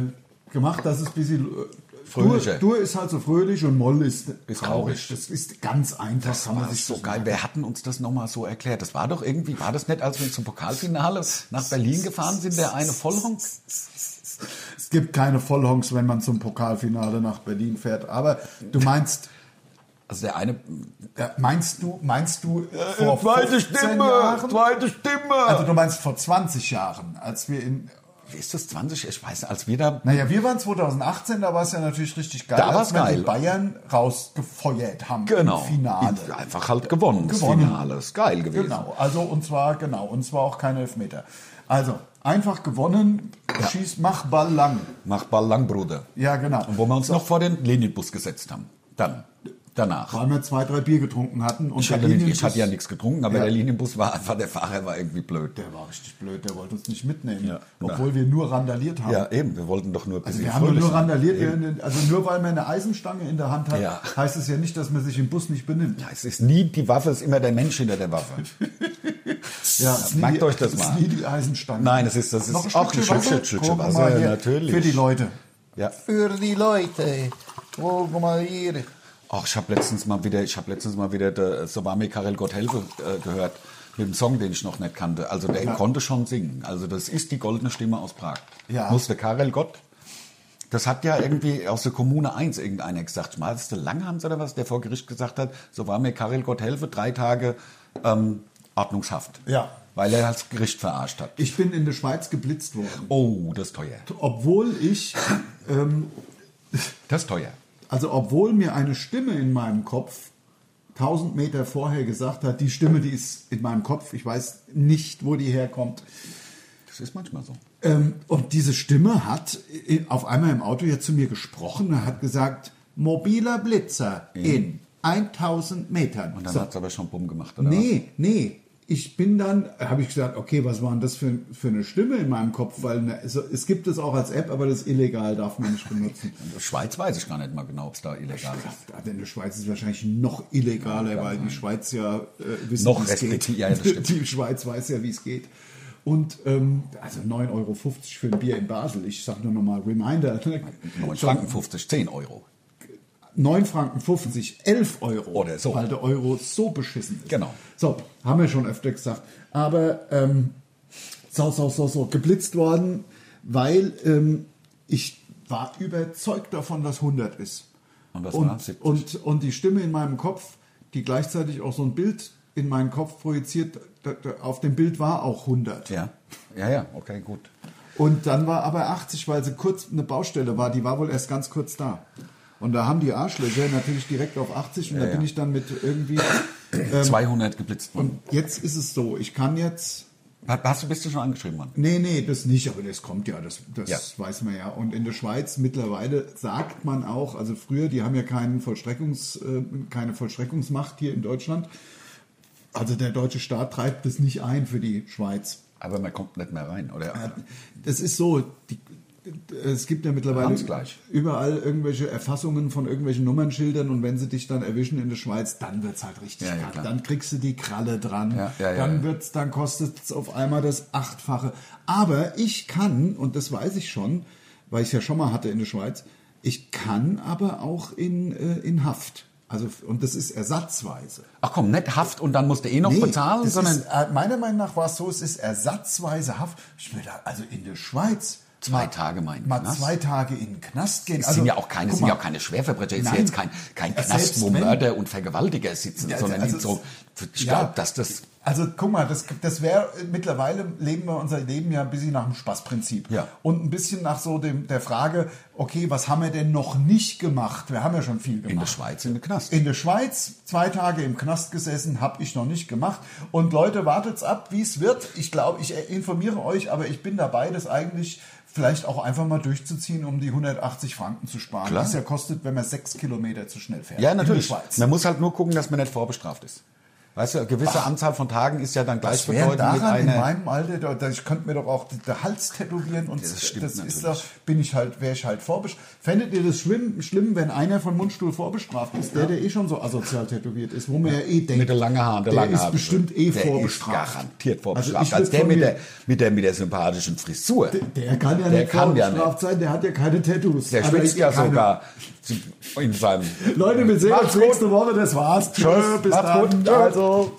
Speaker 3: gemacht. Das ist ein bisschen äh,
Speaker 4: Fröhlicher.
Speaker 3: Dur, Dur ist halt so fröhlich und Moll ist, traurig.
Speaker 4: Ist traurig.
Speaker 3: Das ist ganz einfach.
Speaker 4: das war so geil. Wir hatten uns das nochmal so erklärt. Das war doch irgendwie, war das nicht, als wir zum Pokalfinale nach Berlin gefahren sind, der eine Vollhonk?
Speaker 3: Es gibt keine Vollhonks, wenn man zum Pokalfinale nach Berlin fährt. Aber du meinst,
Speaker 4: Also der eine.
Speaker 3: äh, meinst du, meinst du äh, vor 15 Jahren?
Speaker 4: Zweite Stimme!
Speaker 3: Also du meinst vor 20 Jahren, als wir in,
Speaker 4: wie ist das 20? Ich weiß nicht, als wir da.
Speaker 3: naja, wir waren 2018, da war es ja natürlich richtig geil,
Speaker 4: Da
Speaker 3: als
Speaker 4: war's
Speaker 3: wir die
Speaker 4: geil.
Speaker 3: Bayern rausgefeuert haben
Speaker 4: Genau.
Speaker 3: im Finale.
Speaker 4: Einfach halt gewonnen.
Speaker 3: Gewonnen.
Speaker 4: Das Finale. Ist geil gewesen.
Speaker 3: Genau, also und zwar genau, und zwar auch kein Elfmeter. Also einfach gewonnen, schieß, mach Ball lang.
Speaker 4: Mach Ball lang, Bruder.
Speaker 3: Ja, genau.
Speaker 4: Und wo wir uns noch vor den Leninbus gesetzt haben. Dann. Danach.
Speaker 3: Weil wir zwei, drei Bier getrunken hatten und
Speaker 4: Ich hatte,
Speaker 3: der
Speaker 4: nicht, ich
Speaker 3: Linienbus-
Speaker 4: hatte ja nichts getrunken, aber
Speaker 3: Ja.
Speaker 4: der Linienbus war einfach, der Fahrer war irgendwie blöd.
Speaker 3: Der war richtig blöd, der wollte uns nicht mitnehmen,
Speaker 4: Ja.
Speaker 3: obwohl wir nur randaliert haben.
Speaker 4: Ja, eben, wir wollten doch nur ein
Speaker 3: Also
Speaker 4: bisschen
Speaker 3: wir haben
Speaker 4: fröhlich
Speaker 3: nur
Speaker 4: sein.
Speaker 3: randaliert, wir in den, also nur weil man eine Eisenstange in der Hand hat,
Speaker 4: Ja.
Speaker 3: heißt es ja nicht, dass man sich im Bus nicht benimmt.
Speaker 4: Ja, Es ist nie die Waffe, es ist immer der Mensch hinter der Waffe.
Speaker 3: Ja,
Speaker 4: merkt
Speaker 3: nie die-
Speaker 4: euch das mal.
Speaker 3: Ist nie die Eisenstange.
Speaker 4: Nein, es ist, das ist
Speaker 3: Noch ein
Speaker 4: auch ein
Speaker 3: Stückchen
Speaker 4: Stückchen,
Speaker 3: Wasser?
Speaker 4: Stückchen
Speaker 3: Guck mal
Speaker 4: Wasser,
Speaker 3: hier,
Speaker 4: Also natürlich.
Speaker 3: Für die Leute.
Speaker 4: Ja.
Speaker 2: Für die Leute. Guck mal hier.
Speaker 4: Ach, ich habe letztens mal wieder, ich habe letztens mal wieder der Sobami Karel Gott Helfe äh, gehört mit dem Song, den ich noch nicht kannte. Also der konnte schon singen. Also das ist die goldene Stimme aus Prag.
Speaker 3: Ja.
Speaker 4: Musste Karel Gott. Das hat ja irgendwie aus der Kommune 1 irgendeiner gesagt. Schmalste Langhans oder was, der vor Gericht gesagt hat, so war mir Karel Gott Helfe drei Tage ähm, Ordnungshaft.
Speaker 3: Ja.
Speaker 4: Weil er das Gericht verarscht hat.
Speaker 3: Ich bin in der Schweiz geblitzt worden,
Speaker 4: Oh, das ist teuer.
Speaker 3: obwohl ich, ähm,
Speaker 4: Das ist teuer.
Speaker 3: also obwohl mir eine Stimme in meinem Kopf 1000 Meter vorher gesagt hat, die Stimme, die ist in meinem Kopf, ich weiß nicht, wo die herkommt.
Speaker 4: Das ist manchmal so.
Speaker 3: Ähm, und diese Stimme hat i- auf einmal im Auto ja zu mir gesprochen und hat gesagt, mobiler Blitzer in 1000 Metern.
Speaker 4: Mhm. Und dann
Speaker 3: so,
Speaker 4: hat's aber schon Bumm gemacht, oder? was?
Speaker 3: nee, nee. Ich bin dann, habe ich gesagt, okay, was war denn das für, für eine Stimme in meinem Kopf? Weil ne, es, es gibt es auch als App, aber das ist illegal, darf man nicht benutzen.
Speaker 4: Schweiz weiß ich gar nicht mal genau, ob es da illegal ist.
Speaker 3: Also in der Schweiz ist es wahrscheinlich noch illegaler, weil die Schweiz ja äh, wissen,
Speaker 4: Noch
Speaker 3: wie es geht.
Speaker 4: respektiert- ja, das stimmt.
Speaker 3: die Schweiz weiß ja, wie es geht. Und ähm, also 9,50 Euro für ein Bier in Basel. Ich sage nur nochmal Reminder. ne?
Speaker 4: 9 Franken 50, 10 Euro.
Speaker 3: 9 Franken 50, 11 Euro.
Speaker 4: Oder Oh, so.
Speaker 3: Weil der Euro so beschissen ist.
Speaker 4: Genau.
Speaker 3: So, haben wir schon öfter gesagt. Aber ähm, so, so, so, so, geblitzt worden, weil ähm, ich war überzeugt davon, dass 100 ist.
Speaker 4: Und was war?
Speaker 3: und,
Speaker 4: 70?
Speaker 3: und, und die Stimme in meinem Kopf, die gleichzeitig auch so ein Bild in meinen Kopf projiziert, da, da, auf dem Bild war auch 100.
Speaker 4: Ja, ja, ja, okay, gut.
Speaker 3: Und dann war aber 80, weil sie kurz eine Baustelle war, die war wohl erst ganz kurz da. Und da haben die Arschlöcher natürlich direkt auf 80 und da
Speaker 4: ja.
Speaker 3: bin ich dann mit irgendwie. ähm,
Speaker 4: Ähm, 200 geblitzt worden.
Speaker 3: Jetzt ist es so, ich kann jetzt.
Speaker 4: Ha- Hast du, bist du schon angeschrieben worden?
Speaker 3: Nee, nee, das nicht, aber das kommt ja, das, das
Speaker 4: Ja.
Speaker 3: weiß man ja. Und in der Schweiz mittlerweile sagt man auch, also früher, die haben ja keinen Vollstreckungs, äh, keine Vollstreckungsmacht hier in Deutschland. Also der deutsche Staat treibt das nicht ein für die Schweiz.
Speaker 4: Aber man kommt nicht mehr rein, oder?
Speaker 3: Das ist so, die, es gibt ja mittlerweile
Speaker 4: Haben's gleich.
Speaker 3: überall irgendwelche Erfassungen von irgendwelchen Nummernschildern und wenn sie dich dann erwischen in der Schweiz, dann wird's halt richtig
Speaker 4: Ja, ja,
Speaker 3: krank.
Speaker 4: klar.
Speaker 3: Dann kriegst du die Kralle dran,
Speaker 4: Ja, ja, ja,
Speaker 3: dann
Speaker 4: ja.
Speaker 3: wird's, dann kostet's auf einmal das Achtfache. Aber ich kann, und das weiß ich schon, weil ich ja schon mal hatte in der Schweiz, ich kann aber auch in, äh, in Haft. Also, und das ist ersatzweise.
Speaker 4: Ach komm, nicht Haft und dann musst du eh noch
Speaker 3: Nee,
Speaker 4: bezahlen,
Speaker 3: das
Speaker 4: sondern
Speaker 3: ist, äh, meiner Meinung nach war es so, es ist ersatzweise Haft. Ich will da, also in der Schweiz
Speaker 4: Zwei
Speaker 3: mal-
Speaker 4: Tage mal in den
Speaker 3: mal
Speaker 4: Knast.
Speaker 3: zwei Tage in den Knast gehen.
Speaker 4: es sind ja auch keine,
Speaker 3: also guck
Speaker 4: sind ja
Speaker 3: mal,
Speaker 4: auch keine Schwerverbrecher, es ist
Speaker 3: Nein.
Speaker 4: ja jetzt kein, kein
Speaker 3: Selbst
Speaker 4: Knast, wo
Speaker 3: wenn-
Speaker 4: Mörder und Vergewaltiger sitzen,
Speaker 3: Ja,
Speaker 4: sondern
Speaker 3: also
Speaker 4: in so, ich
Speaker 3: ja.
Speaker 4: glaube, dass das,
Speaker 3: Also guck mal, das, das wäre mittlerweile leben wir unser Leben ja ein bisschen nach dem Spaßprinzip
Speaker 4: Ja.
Speaker 3: und ein bisschen nach so dem der Frage, okay, was haben wir denn noch nicht gemacht? Wir haben ja schon viel gemacht.
Speaker 4: in der Schweiz in den Knast.
Speaker 3: In der Schweiz zwei Tage im Knast gesessen, habe ich noch nicht gemacht. Und Leute, wartet's ab, wie es wird. Ich glaube, ich äh, informiere euch, aber ich bin dabei, das eigentlich vielleicht auch einfach mal durchzuziehen, um die 180 Franken zu sparen.
Speaker 4: Klar.
Speaker 3: Das ja kostet, wenn man sechs Kilometer zu schnell fährt.
Speaker 4: Ja, natürlich.
Speaker 3: In der Schweiz.
Speaker 4: Man muss halt nur gucken, dass man nicht vorbestraft ist. Weißt du, eine gewisse Anzahl von Tagen ist ja dann
Speaker 3: Was wäre
Speaker 4: gleichbedeutend mit
Speaker 3: daran in
Speaker 4: einer...
Speaker 3: meinem Alter? Da- da- Ich könnte mir doch auch den- den Hals tätowieren und
Speaker 4: Das stimmt
Speaker 3: ist doch,
Speaker 4: natürlich.
Speaker 3: bin ich halt, wäre ich halt vorbestraft. Fändet ihr das schlimm, schlimm, wenn einer von Mundstuhl vorbestraft ist, der, der eh schon so asozial tätowiert ist, wo man ja, eh denkt,
Speaker 4: Mit der langen Haaren, der,
Speaker 3: der
Speaker 4: langen
Speaker 3: ist
Speaker 4: Haare.
Speaker 3: bestimmt eh
Speaker 4: der
Speaker 3: vorbestraft.
Speaker 4: Ist garantiert vorbestraft.
Speaker 3: Also ich
Speaker 4: Also,
Speaker 3: würd
Speaker 4: Als der
Speaker 3: von
Speaker 4: mit
Speaker 3: mir-
Speaker 4: der, mit der mit der sympathischen Frisur.
Speaker 3: Der kann ja
Speaker 4: Der
Speaker 3: nicht
Speaker 4: kann ja
Speaker 3: vorbestraft sein, der hat ja keine Tattoos.
Speaker 4: der
Speaker 3: Aber
Speaker 4: schwitzt
Speaker 3: ich-
Speaker 4: ja
Speaker 3: keine-
Speaker 4: sogar in seinem.
Speaker 3: Leute, wir sehen
Speaker 4: Macht's
Speaker 3: uns
Speaker 4: gut.
Speaker 3: nächste Woche, das war's. Tschö,
Speaker 4: Tschüss,
Speaker 3: bis
Speaker 4: macht's
Speaker 3: dann.
Speaker 4: gut. Tschö.
Speaker 3: Also.